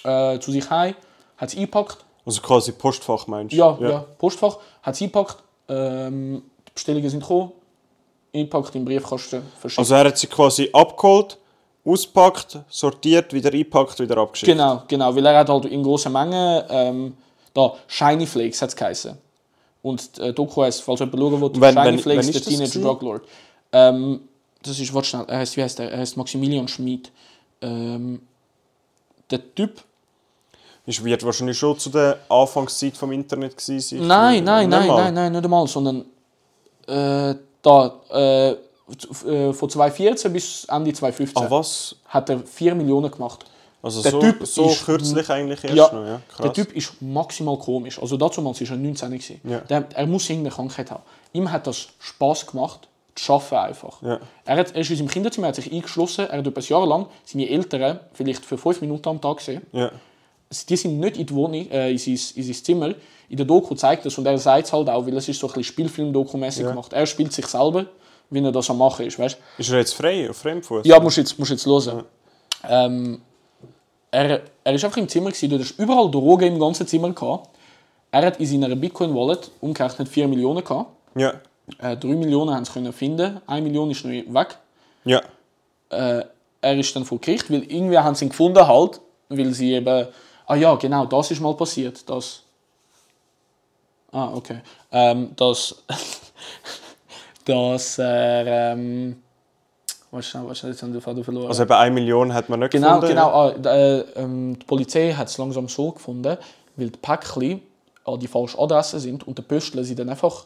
Speaker 2: äh, zu sich heim, hat es eingepackt,
Speaker 1: also quasi Postfach meinst du?
Speaker 2: ja, ja. Postfach, hat es eingepackt, ähm, die Bestellungen sind gekommen, eingepackt im Briefkasten, verschickt.
Speaker 1: Also er hat sie quasi abgeholt, auspackt, sortiert, wieder eingepackt, wieder abgeschickt.
Speaker 2: Genau, genau, weil er hat halt in grossen Mengen ähm, da Shiny Flakes hat es geheißen. Und äh, Doku heißt, falls jemand schauen will,
Speaker 1: Wenn-
Speaker 2: Shiny
Speaker 1: wenn-
Speaker 2: Flakes,
Speaker 1: wenn ist
Speaker 2: der
Speaker 1: das
Speaker 2: Teenage
Speaker 1: gewesen?
Speaker 2: Drug Lord. Ähm, das ist, warte schnell, er heißt, wie heißt er? Er heißt Maximilian Schmid. Ähm, der Typ.
Speaker 1: Ist wird wahrscheinlich schon zu der Anfangszeit vom Internet gewesen. sein.
Speaker 2: Nein, nein,
Speaker 1: Nicht
Speaker 2: nein,
Speaker 1: mal.
Speaker 2: nein, nein, nicht einmal, sondern äh, da äh, z- äh, von 2014 bis Ende 2015
Speaker 1: Ah, was?
Speaker 2: hat er 4 Millionen gemacht.
Speaker 1: Also
Speaker 2: Der
Speaker 1: so,
Speaker 2: Typ
Speaker 1: so
Speaker 2: ist-
Speaker 1: kürzlich eigentlich erst
Speaker 2: Ja,
Speaker 1: noch, ja? Krass.
Speaker 2: Der Typ ist maximal komisch. Also dazu war er 19 gewesen.
Speaker 1: Ja.
Speaker 2: Der, er muss irgendeine Krankheit haben. Ihm hat das Spaß gemacht, zu arbeiten einfach.
Speaker 1: Ja.
Speaker 2: Er, hat, er ist in seinem Kinderzimmer, hat sich eingeschlossen, er hat etwas Jahr lang seine Eltern vielleicht für fünf Minuten am Tag gesehen.
Speaker 1: Ja.
Speaker 2: Dus Die sind nicht in, die Wohnung, äh, in, sein, in sein Zimmer. In der Doku zeigt das und er sagt es halt auch, weil es ist so ein bisschen Spielfilm-Dokumäßig
Speaker 1: Ja.
Speaker 2: gemacht. Er spielt sich selber, wie er das am machen ist, weißt?
Speaker 1: Ist er jetzt frei, auf Fremdfuß?
Speaker 2: Ja, musst jetzt, musst jetzt hören. Ähm, er, er ist einfach im Zimmer, gewesen, du hast überall Drogen im ganzen Zimmer. Gehabt. Er hat in seiner Bitcoin-Wallet umgerechnet 4 Millionen. Gehabt.
Speaker 1: Ja.
Speaker 2: Äh, 3 Millionen haben sie können finden, 1 Million ist noch weg.
Speaker 1: Ja.
Speaker 2: Äh, er ist dann vor Gericht, weil irgendwie haben sie ihn gefunden halt, weil sie eben... Ah ja, genau, das ist mal passiert, das... Ah, okay. Ähm, dass... dass er... Ähm, was schnell, was schnell, jetzt haben wir den Faden verloren.
Speaker 1: Also eben eine Million hat man nicht
Speaker 2: Genau,
Speaker 1: gefunden.
Speaker 2: genau. Ah, d- äh, ähm, die Polizei hat es langsam so gefunden, weil die Päckchen an die falsche Adresse sind und der Pöstler sie dann einfach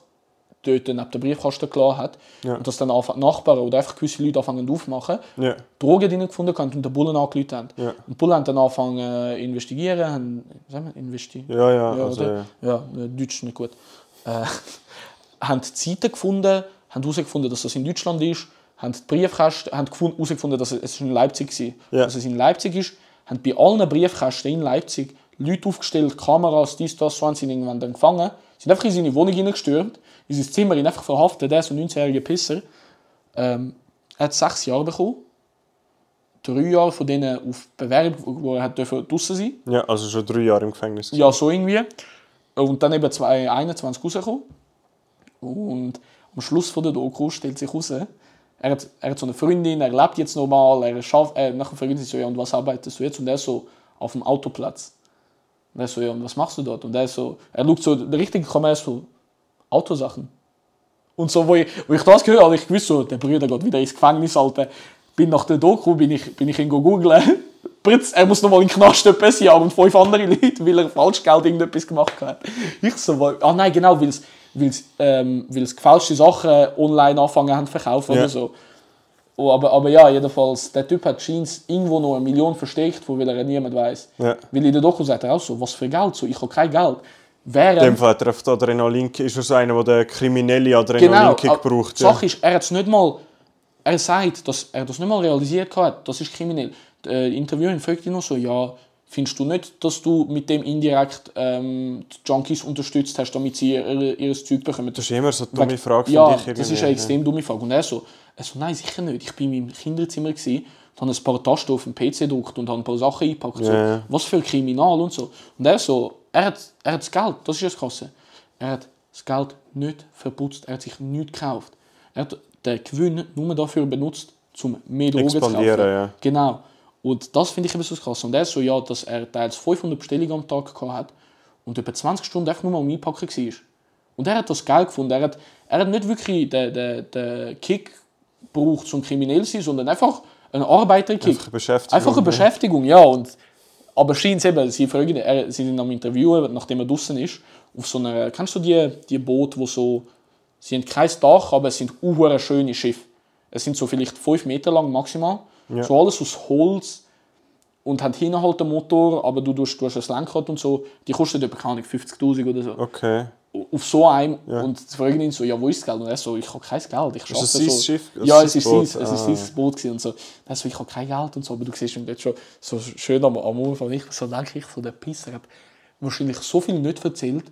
Speaker 2: dort neben den Briefkasten gelassen hat.
Speaker 1: Ja.
Speaker 2: Und dass dann anf- Nachbarn oder einfach gewisse Leute anfangen aufmachen,
Speaker 1: Ja. ja.
Speaker 2: Drogen drin gefunden haben und den Bullen angerufen haben.
Speaker 1: Ja.
Speaker 2: Und die Bullen haben dann angefangen äh, investigieren, haben, sagen wir, investi
Speaker 1: Ja, ja,
Speaker 2: ja,
Speaker 1: also,
Speaker 2: oder?
Speaker 1: ja.
Speaker 2: ja, äh, Deutsch ist nicht gut. Äh, haben die Zeiten gefunden, haben herausgefunden, dass das in Deutschland ist, haben die Briefkästen, haben gefund- herausgefunden, dass es, es ist in Leipzig war,
Speaker 1: Ja.
Speaker 2: dass es in Leipzig ist, haben bei allen Briefkästen in Leipzig Leute aufgestellt, Kameras, dies, das, so haben sie ihn irgendwann dann gefangen, sind einfach in seine Wohnung hineingestürmt, in sein Zimmer ihn einfach verhaftet, der so 19-jährige Pisser. Ähm, er hat sechs Jahre bekommen, drei Jahre von denen auf Bewerbung, wo er hat dürfen draussen sein
Speaker 1: Ja, also schon drei Jahre im Gefängnis.
Speaker 2: ja, so irgendwie. Und dann eben 2021 rausgekommen. Und am Schluss von der Doku stellt sich heraus, er hat, er hat so eine Freundin, er lebt jetzt normal, er schafft, äh, nachher fragen sie so, ja, und was arbeitest du jetzt? Und er so, auf dem Autoplatz. Und er so, ja, und was machst du dort? Und er so, er schaut so, der richtige Kamera so, Autosachen. Und so, wo ich, wo ich das gehört habe, ich gewusst so, der Bruder geht wieder ins Gefängnis, Alter. Bin nach der Doku, bin ich, bin ich ihn googeln. Pritz, er muss nochmal in den Knast etwas Jahr und fünf andere Leute, weil er Falschgeld irgendetwas gemacht hat. Ich so, wo- ah nein, genau, weil es weil's, ähm, weil's gefälschte Sachen online anfangen haben zu verkaufen
Speaker 1: Ja.
Speaker 2: oder so. Oh, aber, aber ja, jedenfalls, der Typ hat scheint irgendwo noch eine Million versteckt, von welcher niemand weiß.
Speaker 1: Ja.
Speaker 2: Weil in der Doku sagt er auch so, was für Geld, so, ich habe kein Geld. Während,
Speaker 1: In dem Fall hat er auf die Adrenalinkick, ist er so einer, der den kriminelle Adrenalinkick
Speaker 2: Genau, aber
Speaker 1: braucht.
Speaker 2: Die
Speaker 1: Ja.
Speaker 2: Sache ist, er hat es nicht mal. Er sagt, dass er das nicht mal realisiert hat. Das ist kriminell. äh, Der Interviewerin fragt ihn noch so: Ja, findest du nicht, dass du mit dem indirekt ähm, die Junkies unterstützt hast, damit sie ihr, ihr Zeug bekommen?
Speaker 1: Das ist immer so eine dumme Frage, finde
Speaker 2: ja,
Speaker 1: ich. Irgendwie.
Speaker 2: das ist eine extrem dumme Frage. Und er so, er so nein, sicher nicht. Ich bin in meinem Kinderzimmer gsi, dann ein paar Tasten auf dem PC gedruckt und habe ein paar Sachen eingepackt. So,
Speaker 1: Ja, ja.
Speaker 2: Was für ein Kriminal und so. Und er so, er hat, er hat das Geld, das ist das Krasse. Er hat das Geld nicht verputzt, er hat sich nichts gekauft. Er hat den Gewinn nur dafür benutzt, um mehr Drogen zu kaufen.
Speaker 1: Expandieren, ja.
Speaker 2: Genau. Und das finde ich eben so krass. Und er so, ja, dass er teils 500 Bestellungen am Tag gehabt hat und über 20 Stunden einfach nur mal am Einpacken war. Und er hat das geil gefunden. Er hat, er hat nicht wirklich den, den, den Kick gebraucht, zum kriminell zu sein, sondern einfach einen Arbeiterkick.
Speaker 1: Einfach eine Beschäftigung.
Speaker 2: Einfach eine Beschäftigung, ja. Und, aber scheint eben, sie fragen, ihn- er, sie sind am Interviewen, nachdem er draußen ist, auf so einer, kennst du die, die Boot, wo so, sie haben kein Dach, aber es sind unhure schöne Schiffe. Es sind so vielleicht 5 Meter lang maximal.
Speaker 1: Ja.
Speaker 2: So alles aus Holz und hat hinten halt den Motor, aber du tust, du hast das Lenkrad und so. Die kostet etwa keine Ahnung, 50'000 oder so.
Speaker 1: Okay.
Speaker 2: Auf so einem und sie fragen ihn so, ja wo ist das Geld? Und er so, ich habe kein Geld, ich schaffe
Speaker 1: es sein
Speaker 2: so.
Speaker 1: Schiff? Es
Speaker 2: Ja,
Speaker 1: ist
Speaker 2: es ist
Speaker 1: sein
Speaker 2: sein,
Speaker 1: Boot.
Speaker 2: es ist
Speaker 1: Ah.
Speaker 2: sein Boot gewesen und so. Er so, ich habe kein Geld und so, aber du siehst ihn jetzt schon so schön am, am Anfang. Ich so denke ich, so der Pisser hat wahrscheinlich so viel nicht erzählt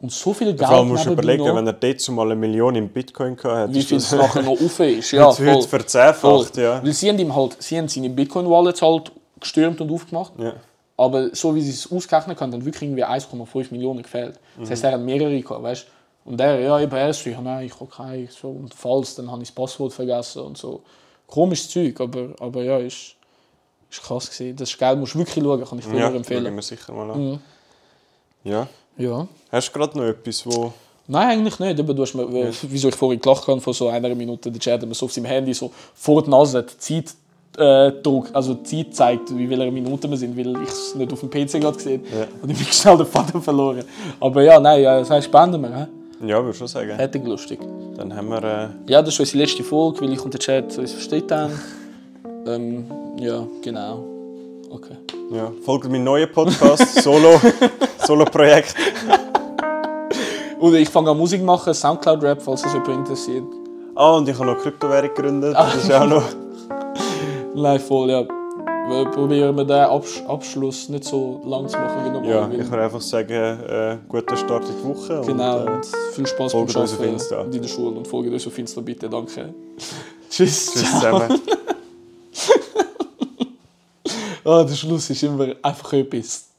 Speaker 2: und so viel Geld
Speaker 1: Vor allem musst du
Speaker 2: nebenbei
Speaker 1: überlegen,
Speaker 2: noch,
Speaker 1: wenn er dazu mal eine Million in Bitcoin gehabt hat.
Speaker 2: wie
Speaker 1: ist
Speaker 2: viel
Speaker 1: das-
Speaker 2: es nachher noch auf ist.
Speaker 1: Ja,
Speaker 2: Ja,
Speaker 1: heute
Speaker 2: voll. Voll.
Speaker 1: verzehnfacht, ja.
Speaker 2: Weil sie haben ihm halt, sie haben seine Bitcoin-Wallets halt gestürmt und aufgemacht.
Speaker 1: ja.
Speaker 2: Aber so wie sie es ausgerechnet haben, hat wirklich irgendwie 1,5 Millionen gefehlt. Das heisst, er hat mehrere gehabt, weißt Und er, ja, eben er so, ja, nein, ich habe keine. So, und falls, dann habe ich das Passwort vergessen und so. Komisches Zeug, aber, aber ja, ist, ist krass gewesen. Das Geld musst du wirklich schauen, kann ich dir
Speaker 1: Ja,
Speaker 2: nur
Speaker 1: empfehlen
Speaker 2: empfehlen. Mhm.
Speaker 1: wir sicher mal an. Ja.
Speaker 2: Ja.
Speaker 1: Hast du gerade noch etwas, wo...
Speaker 2: Nein, eigentlich nicht. Eben, du hast mir, äh, wieso ich vorhin gelacht habe, vor so einer Minute, der Chat hat mir so auf seinem Handy so vor die Nase die Zeit äh, Druck, also die Zeit zeigt, wie viele Minuten wir sind, weil ich es nicht auf dem PC gerade gesehen
Speaker 1: Ja.
Speaker 2: und ich bin schnell den Faden verloren. Aber ja, nein, ja, das heißt spenden wir, hä?
Speaker 1: Ja, würde schon sagen.
Speaker 2: Hätte ich lustig.
Speaker 1: Dann haben wir... Äh,
Speaker 2: Ja, das ist unsere letzte Folge, weil ich und der Chat uns versteht haben. ähm, ja, genau. Okay.
Speaker 1: ja. Folgt meinem neuen Podcast, Solo. Solo-Projekt.
Speaker 2: Und ich fange an Musik machen, Soundcloud Rap, falls es jemand interessiert.
Speaker 1: Ah, und ich habe noch Kryptowährung gegründet.
Speaker 2: Ah.
Speaker 1: Das ist auch noch...
Speaker 2: Nein, voll, ja. Wir probieren wir den Absch Abschluss nicht so lang zu machen wie
Speaker 1: Ja,
Speaker 2: normal. weil-
Speaker 1: ich kann einfach sagen, äh, guten Start in die Woche.
Speaker 2: genau.
Speaker 1: Und, äh,
Speaker 2: Und viel Spaß beim
Speaker 1: folgt uns auf Insta.
Speaker 2: Arbeiten in der Schule und folgt uns auf Insta, bitte, danke. Tschüss.
Speaker 1: tschüss zusammen.
Speaker 2: Ah, der Schluss ist immer einfach etwas.